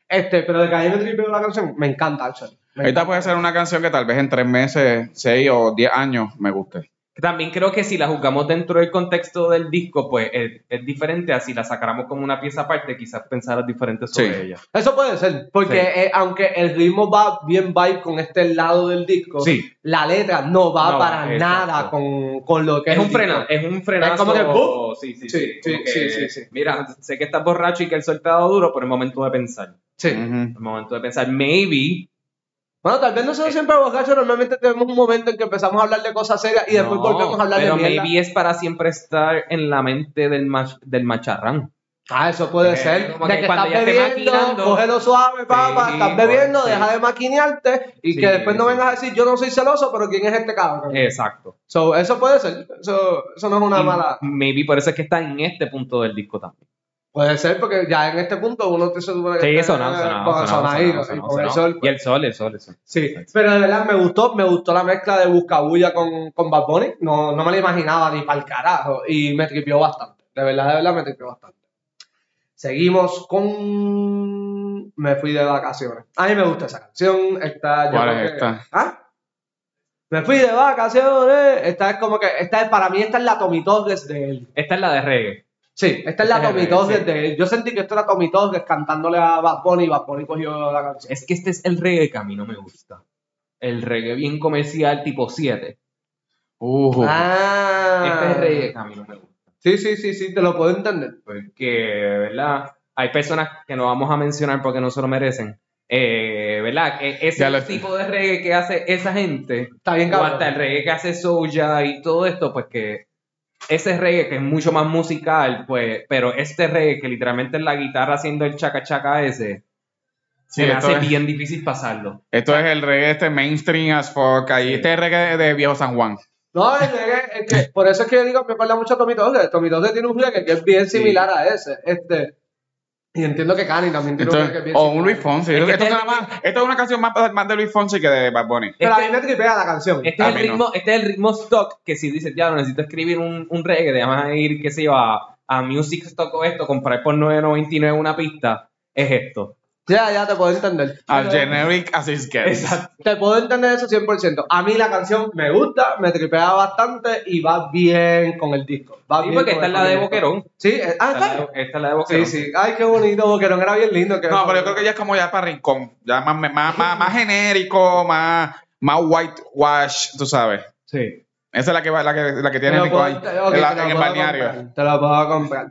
Speaker 2: Este, pero de que a mí me tripeó la canción, me encanta, actually. Me
Speaker 3: Ahorita
Speaker 2: encanta.
Speaker 3: puede ser una canción que tal vez en tres meses, seis o diez años me guste.
Speaker 1: También creo que si la jugamos dentro del contexto del disco, pues es, es diferente a si la sacáramos como una pieza aparte, quizás pensaras diferente sobre
Speaker 3: Sí.
Speaker 1: ella.
Speaker 2: Eso puede ser, porque
Speaker 1: Sí.
Speaker 2: eh, aunque el ritmo va bien vibe con este lado del disco,
Speaker 1: Sí.
Speaker 2: la letra no va
Speaker 1: No,
Speaker 2: para
Speaker 1: exacto.
Speaker 2: nada con, con lo que
Speaker 1: Es
Speaker 2: el
Speaker 1: un
Speaker 2: disco.
Speaker 1: frenazo, es un frenazo.
Speaker 2: Es como que, ¡pum!
Speaker 1: sí, sí,
Speaker 2: Sí,
Speaker 1: sí,
Speaker 2: sí,
Speaker 1: como
Speaker 2: sí,
Speaker 1: que,
Speaker 2: sí, sí.
Speaker 1: Mira, sé que estás borracho y que el sol te ha dado duro, pero es momento de pensar.
Speaker 2: Sí.
Speaker 3: Ujú.
Speaker 1: Es momento de pensar. Maybe.
Speaker 2: Bueno, tal vez
Speaker 1: Eh.
Speaker 2: nosotros siempre borrachos normalmente tenemos un momento en que empezamos a hablar de cosas serias y después
Speaker 1: no,
Speaker 2: volvemos a hablar
Speaker 1: pero
Speaker 2: de mierda.
Speaker 1: maybe es para siempre estar en la mente del, mach- del macharrán.
Speaker 2: Ah, eso puede
Speaker 1: Eh,
Speaker 2: ser.
Speaker 1: como
Speaker 2: De
Speaker 1: que
Speaker 2: que
Speaker 1: cuando
Speaker 2: estás
Speaker 1: ya esté
Speaker 2: bebiendo,
Speaker 1: maquinando.
Speaker 2: cógelo suave, papá,
Speaker 1: Sí,
Speaker 2: estás bebiendo,
Speaker 1: pues, sí.
Speaker 2: deja de maquinearte y
Speaker 1: Sí,
Speaker 2: que después no
Speaker 1: sí.
Speaker 2: vengas a decir yo no soy celoso, pero ¿quién es este cabrón?
Speaker 1: Exacto.
Speaker 2: So, eso puede ser. Eso, eso no es una
Speaker 1: Y
Speaker 2: mala...
Speaker 1: Maybe por eso es que está en este punto del disco también.
Speaker 2: Puede ser, porque ya en este punto uno te supone que
Speaker 1: Sí,
Speaker 2: esté
Speaker 1: eso no, eso no,
Speaker 2: con
Speaker 1: eso
Speaker 2: el
Speaker 1: no,
Speaker 2: sonido
Speaker 1: eso
Speaker 2: y
Speaker 1: no,
Speaker 2: con
Speaker 1: eso
Speaker 2: el
Speaker 1: no.
Speaker 2: sol. pues.
Speaker 1: Y el sol, el sol, el sol.
Speaker 2: Sí, pero de verdad me gustó, me gustó la mezcla de Buscabulla con, con Bad Bunny. No, no me la imaginaba ni para el carajo y me tripió bastante. De verdad, de verdad me tripió bastante. Seguimos con... Me fui de vacaciones. A mí me gusta esa canción. Esta, yo
Speaker 3: ¿Cuál
Speaker 2: creo
Speaker 3: es
Speaker 2: que-
Speaker 3: esta?
Speaker 2: ¿Ah? Me fui de vacaciones. Esta es como que... Esta es, para mí esta es la tomitobles de él.
Speaker 1: Esta es la de reggae.
Speaker 2: Sí, esta es la
Speaker 1: Esta es la
Speaker 2: Tommy
Speaker 1: regla,
Speaker 2: Torres
Speaker 1: sí.
Speaker 2: de él. Yo sentí que esto era Tommy Torres cantándole a Bad Bunny y Bad Bunny cogió la canción.
Speaker 1: Es que este es el reggae que a mí no me gusta. El reggae bien comercial tipo 7.
Speaker 3: Uh,
Speaker 2: Ah.
Speaker 1: Este es el reggae que a mí no me gusta.
Speaker 2: Sí, sí, sí, sí, te lo puedo entender.
Speaker 1: Porque, ¿verdad? Hay personas que no vamos a mencionar porque no se lo merecen. Eh, ¿Verdad? E- Ese
Speaker 3: Ya lo-
Speaker 1: tipo de reggae que hace esa gente,
Speaker 2: Está bien,
Speaker 1: o
Speaker 2: cabrón.
Speaker 1: hasta el reggae que hace Soulja y todo esto, pues que ese reggae que es mucho más musical, pues, pero este reggae que literalmente es la guitarra haciendo el chaca chaca ese,
Speaker 3: Sí,
Speaker 1: se me
Speaker 3: esto
Speaker 1: hace
Speaker 3: es-
Speaker 1: bien difícil pasarlo.
Speaker 3: Esto es el reggae este mainstream as fuck. Ahí
Speaker 1: Sí.
Speaker 3: este es reggae de Viejo San Juan.
Speaker 2: No, el reggae, es que, por eso es que yo digo, me acuerda mucho a Tommy Torres. Tommy Torres tiene un reggae que es bien
Speaker 1: Sí.
Speaker 2: similar a ese. Este, y entiendo que Cani también tiene un reggae que
Speaker 3: Esto-
Speaker 2: es bien
Speaker 3: o
Speaker 2: similar.
Speaker 3: un Luis Fonsi.
Speaker 1: Es que
Speaker 3: Esto,
Speaker 1: este-
Speaker 3: suena más- esto es una canción más, más de Luis Fonsi que de Bad Bunny.
Speaker 2: Pero
Speaker 1: Este-
Speaker 2: a mí me tripea la canción.
Speaker 1: Este
Speaker 3: A
Speaker 1: es, el
Speaker 3: mí no.
Speaker 1: ritmo, este es el ritmo stock que si dices, ya, necesito escribir un, un reggae, te vas a ir, qué sé yo, a, a Music Stock o esto, comprar por 9.99 una pista, es esto.
Speaker 2: Ya, ya, te puedo entender.
Speaker 3: As
Speaker 2: Pero-
Speaker 3: generic as it gets.
Speaker 2: Te puedo entender eso 100%. A mí la canción me gusta, me tripea bastante y va bien con el disco. Va
Speaker 1: Sí,
Speaker 2: bien
Speaker 1: porque
Speaker 2: con
Speaker 1: esta
Speaker 2: el
Speaker 1: es la de
Speaker 2: disco.
Speaker 1: Boquerón.
Speaker 2: Sí, eh, ah,
Speaker 1: Esta es la
Speaker 2: está.
Speaker 1: de- esta es la de
Speaker 2: Sí,
Speaker 1: Boquerón.
Speaker 2: sí. Ay, qué bonito, Boquerón era bien lindo. que-
Speaker 3: No, pero yo creo que ya es como ya para rincón. Ya más, más, más, más genérico, más, más whitewash, tú sabes.
Speaker 1: Sí.
Speaker 3: Esa es la que, va- la que, la que
Speaker 2: Te
Speaker 3: tiene
Speaker 2: lo
Speaker 3: Nico
Speaker 2: puedo-
Speaker 3: ahí.
Speaker 2: te- ok,
Speaker 3: en la-
Speaker 2: te lo
Speaker 3: en el
Speaker 2: puedo
Speaker 3: balneario.
Speaker 2: comprar, Te lo puedo comprar.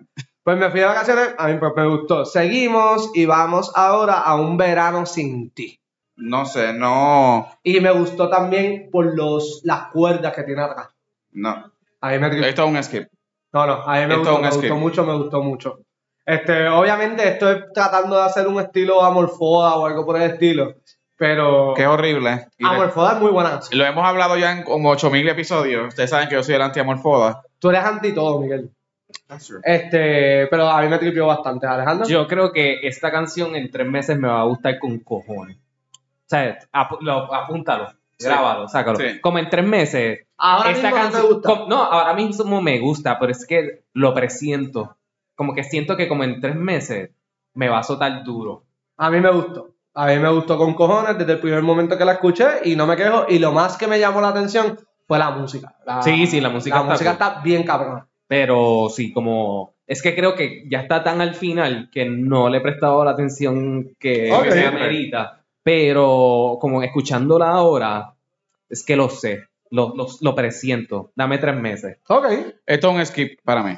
Speaker 2: Pues me fui de vacaciones, a mí pues, me gustó. Seguimos y vamos ahora a un verano sin ti.
Speaker 3: No sé, no.
Speaker 2: Y me gustó también por los, las cuerdas que tiene atrás.
Speaker 3: No.
Speaker 2: A mí me tripeó.
Speaker 3: Esto es un skip.
Speaker 2: No, no, a mí me,
Speaker 3: Esto
Speaker 2: gustó,
Speaker 3: es un
Speaker 2: me
Speaker 3: skip.
Speaker 2: gustó mucho, me gustó mucho. Este, obviamente estoy tratando de hacer un estilo amorfoda o algo por el estilo, pero
Speaker 3: Qué
Speaker 2: Ah,
Speaker 3: horrible. Y de-
Speaker 2: amorfoda es muy buena canción.
Speaker 3: Lo hemos hablado ya en como 8000 episodios. Ustedes saben que yo soy el antiamorfoda.
Speaker 2: Tú eres anti todo, Miguel. Este, pero a mí me tripió bastante, Alejandro.
Speaker 1: Yo creo que esta canción en tres meses me va a gustar con cojones. O sea, apu- lo- apúntalo,
Speaker 3: Sí.
Speaker 1: grábalo, sácalo.
Speaker 3: Sí.
Speaker 1: Como en tres meses,
Speaker 2: Ahora
Speaker 1: Esta
Speaker 2: mismo no te
Speaker 1: canción-
Speaker 2: gusta.
Speaker 1: com- no, ahora mismo me gusta, pero es que lo presiento. Como que siento que como en tres meses me va a azotar duro.
Speaker 2: A mí me gustó. A mí me gustó con cojones desde el primer momento que la escuché y no me quejo. Y lo más que me llamó la atención fue la música. La-
Speaker 1: Sí, sí, la música
Speaker 2: La
Speaker 1: está
Speaker 2: música
Speaker 1: cool.
Speaker 2: está bien cabrona.
Speaker 1: Pero sí, como... Es que creo que ya está tan al final que no le he prestado la atención que
Speaker 2: Ok.
Speaker 1: se amerita. Pero como escuchándola ahora, es que lo sé. Lo, lo- lo presiento. Dame tres meses.
Speaker 2: Ok.
Speaker 3: Esto es un skip para mí.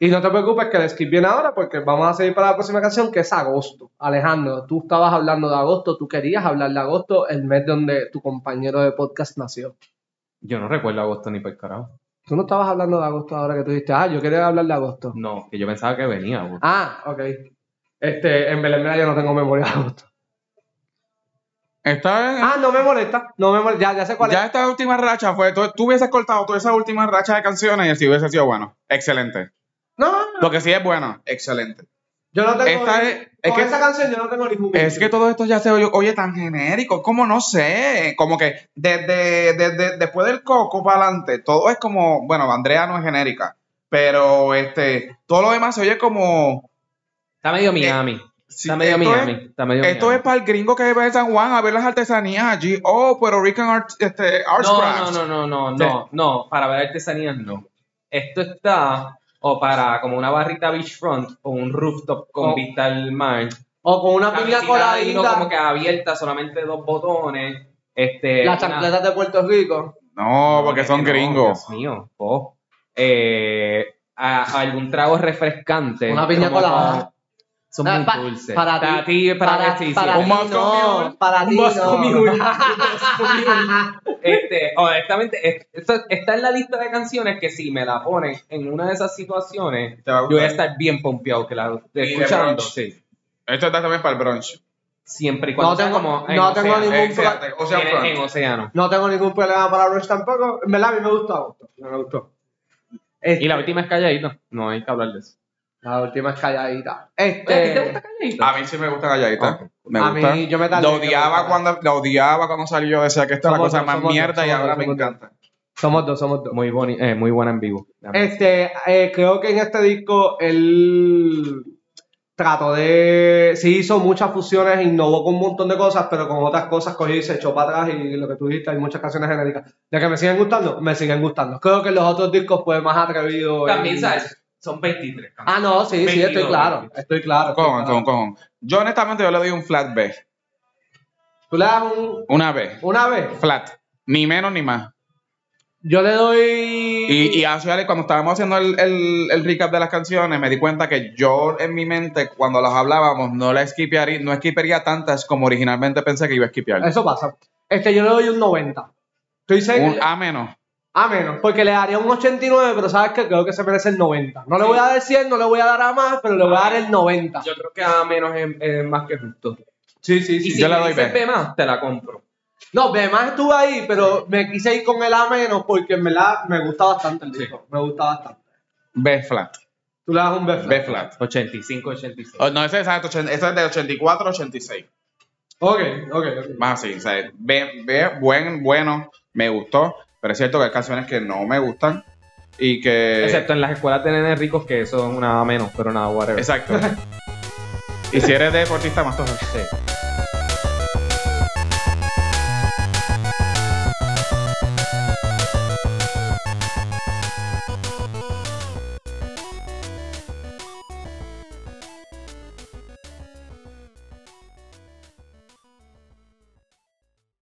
Speaker 2: Y no te preocupes que el skip viene ahora porque vamos a seguir para la próxima canción que es agosto. Alejandro, tú estabas hablando de agosto, tú querías hablar de agosto, el mes donde tu compañero de podcast nació.
Speaker 1: Yo no recuerdo agosto ni por carajo.
Speaker 2: Tú no estabas hablando de agosto ahora que tú dijiste, ah, yo quería hablar de agosto.
Speaker 1: No, que yo pensaba que venía. agosto.
Speaker 2: Ah, ok. Este, en Belén Mera yo no tengo memoria de agosto.
Speaker 3: Esta es-
Speaker 2: Ah, no me molesta, no me molesta, ya, ya sé cuál
Speaker 3: ya
Speaker 2: es.
Speaker 3: esta última racha fue. Tú, tú hubieses cortado todas esas últimas rachas de canciones y así hubiese sido bueno. Excelente.
Speaker 2: No, no, no.
Speaker 3: Lo que sí es bueno. Excelente.
Speaker 2: Yo no tengo.
Speaker 3: Esta
Speaker 2: ni-
Speaker 3: es-
Speaker 2: con
Speaker 3: es que-
Speaker 2: esta canción yo no tengo ningún.
Speaker 3: Es que todo esto ya se oye, oye tan genérico, como no sé, como que desde, desde- después del coco para adelante, todo es como, bueno, Andrea no es genérica, pero este, todo lo demás se oye como...
Speaker 1: Está medio Miami.
Speaker 3: sí,
Speaker 1: Está medio
Speaker 3: Eh, esto es-
Speaker 1: Miami. Está medio
Speaker 3: Esto
Speaker 1: Miami.
Speaker 3: es para el gringo que va de San Juan a ver las artesanías allí. Oh, Puerto Rican art, este, Arts
Speaker 1: No, no,
Speaker 3: Crafts.
Speaker 1: no, no, no, no, no, para ver artesanías no. Esto está o para como una barrita beachfront o un rooftop con
Speaker 2: Oh.
Speaker 1: vista al mar.
Speaker 2: O con una
Speaker 1: Camisita
Speaker 2: piña
Speaker 1: de hilo como
Speaker 2: coladita.
Speaker 1: que abierta, solamente dos botones. Este,
Speaker 2: Las
Speaker 1: una-
Speaker 2: chancletas de Puerto Rico.
Speaker 3: No,
Speaker 1: No,
Speaker 3: porque
Speaker 1: nene,
Speaker 3: son
Speaker 1: no,
Speaker 3: gringos.
Speaker 1: Dios mío, po. Eh, a- a algún trago refrescante.
Speaker 2: Una piña
Speaker 1: como
Speaker 2: colada.
Speaker 1: con- Son
Speaker 2: Ah,
Speaker 1: muy
Speaker 2: pa-
Speaker 1: dulces.
Speaker 2: para ti,
Speaker 1: para,
Speaker 2: para-
Speaker 1: ti, sí.
Speaker 2: para
Speaker 3: Un
Speaker 2: ti
Speaker 3: Moscow
Speaker 2: no,
Speaker 3: Mule.
Speaker 2: para ti
Speaker 1: Un Moscow
Speaker 2: no.
Speaker 1: Mule. Un Moscow Mule. Este, honestamente, es- esto- está en la lista de canciones que si me la ponen en una de esas situaciones,
Speaker 3: Te va a
Speaker 1: yo voy a
Speaker 3: gustar.
Speaker 1: estar bien pompeado que la
Speaker 3: de
Speaker 1: escuchando.
Speaker 3: brunch.
Speaker 1: Sí.
Speaker 3: Esto está también para el brunch.
Speaker 1: Siempre y cuando
Speaker 2: No
Speaker 1: sea
Speaker 2: tengo-
Speaker 1: como en
Speaker 2: no tengo
Speaker 1: océano.
Speaker 2: ningún-
Speaker 3: Eh, fíjate,
Speaker 1: En-
Speaker 3: Ocean Front.
Speaker 1: en océano.
Speaker 2: No tengo ningún problema para Rush tampoco. En verdad, a mí me gustó. Augusto. No me gustó. Este,
Speaker 1: Y la última es calladito. No hay que hablar de eso.
Speaker 2: la última es calladita.
Speaker 1: Oye, ¿a ti
Speaker 2: Este,
Speaker 1: te gusta calladito?
Speaker 3: A mí sí me gusta galladita.
Speaker 1: Ok.
Speaker 3: Me
Speaker 2: A
Speaker 3: gusta.
Speaker 2: mí, yo me tardé
Speaker 3: la
Speaker 2: en que me
Speaker 3: odiaba
Speaker 2: gustara.
Speaker 3: cuando, la odiaba cuando salió. Decía que esta es la
Speaker 2: Somos
Speaker 3: cosa
Speaker 2: dos,
Speaker 3: más
Speaker 2: somos
Speaker 3: mierda
Speaker 2: dos,
Speaker 3: y
Speaker 2: somos
Speaker 3: ahora
Speaker 2: dos,
Speaker 3: me
Speaker 2: somos
Speaker 3: encanta.
Speaker 2: Somos dos, somos dos.
Speaker 1: Muy, boni eh, muy buena en vivo.
Speaker 2: Este, eh, creo que en este disco él trató de. Sí, hizo muchas fusiones, innovó con un montón de cosas, pero con otras cosas cogió y se echó para atrás. Y lo que tú dijiste, hay muchas canciones genéricas. De que me siguen gustando, me siguen gustando. Creo que los otros discos fue más atrevido.
Speaker 1: También,
Speaker 2: y-
Speaker 1: ¿sabes? Son 23.
Speaker 2: Ah, no, sí, sí, estoy
Speaker 1: 22.
Speaker 2: claro. Estoy claro. estoy
Speaker 3: Cojón,
Speaker 2: claro.
Speaker 3: cojón, cojón. Yo honestamente yo le doy un flat B.
Speaker 2: Tú le das un-
Speaker 3: Una B.
Speaker 2: una vez.
Speaker 3: Flat. Ni menos ni más.
Speaker 2: Yo le doy.
Speaker 3: Y, y así, Ale, cuando estábamos haciendo el, el- el recap de las canciones, me di cuenta que yo en mi mente, cuando las hablábamos, no las skipearía, no skipearía tantas como originalmente pensé que iba a skipear.
Speaker 2: Eso pasa. Este, yo le doy un 90. Estoy seguro.
Speaker 3: Un A menos.
Speaker 2: A menos, porque le daría un 89, pero sabes que creo que se merece el 90. No le
Speaker 1: Sí.
Speaker 2: voy a dar el 100, no le voy a dar a más, pero le voy a dar el 90.
Speaker 1: Yo creo que a menos es, es más que justo.
Speaker 2: Sí, sí,
Speaker 1: Y
Speaker 2: sí.
Speaker 1: si
Speaker 3: Yo la
Speaker 1: me
Speaker 3: doy
Speaker 1: dices
Speaker 3: B.
Speaker 1: B más, te la compro.
Speaker 2: No, además estuve ahí, pero me quise ir con el A menos porque en verdad me gusta bastante el
Speaker 1: Sí.
Speaker 2: disco. Me gusta bastante.
Speaker 3: B flat.
Speaker 2: Tú le das un B. flat.
Speaker 3: B flat.
Speaker 1: 85, 86.
Speaker 3: Oh, no, ese es exacto. ochen- Ese es de 84 86.
Speaker 2: Ok, ok, ok.
Speaker 3: Más así. O sea, B, B, buen, bueno, me gustó. Pero es cierto que hay canciones que no me gustan y que.
Speaker 1: Excepto en las escuelas de nenes ricos, que eso es una A menos, pero nada, whatever.
Speaker 3: Exacto. y si eres deportista, más todavía.
Speaker 1: Sí.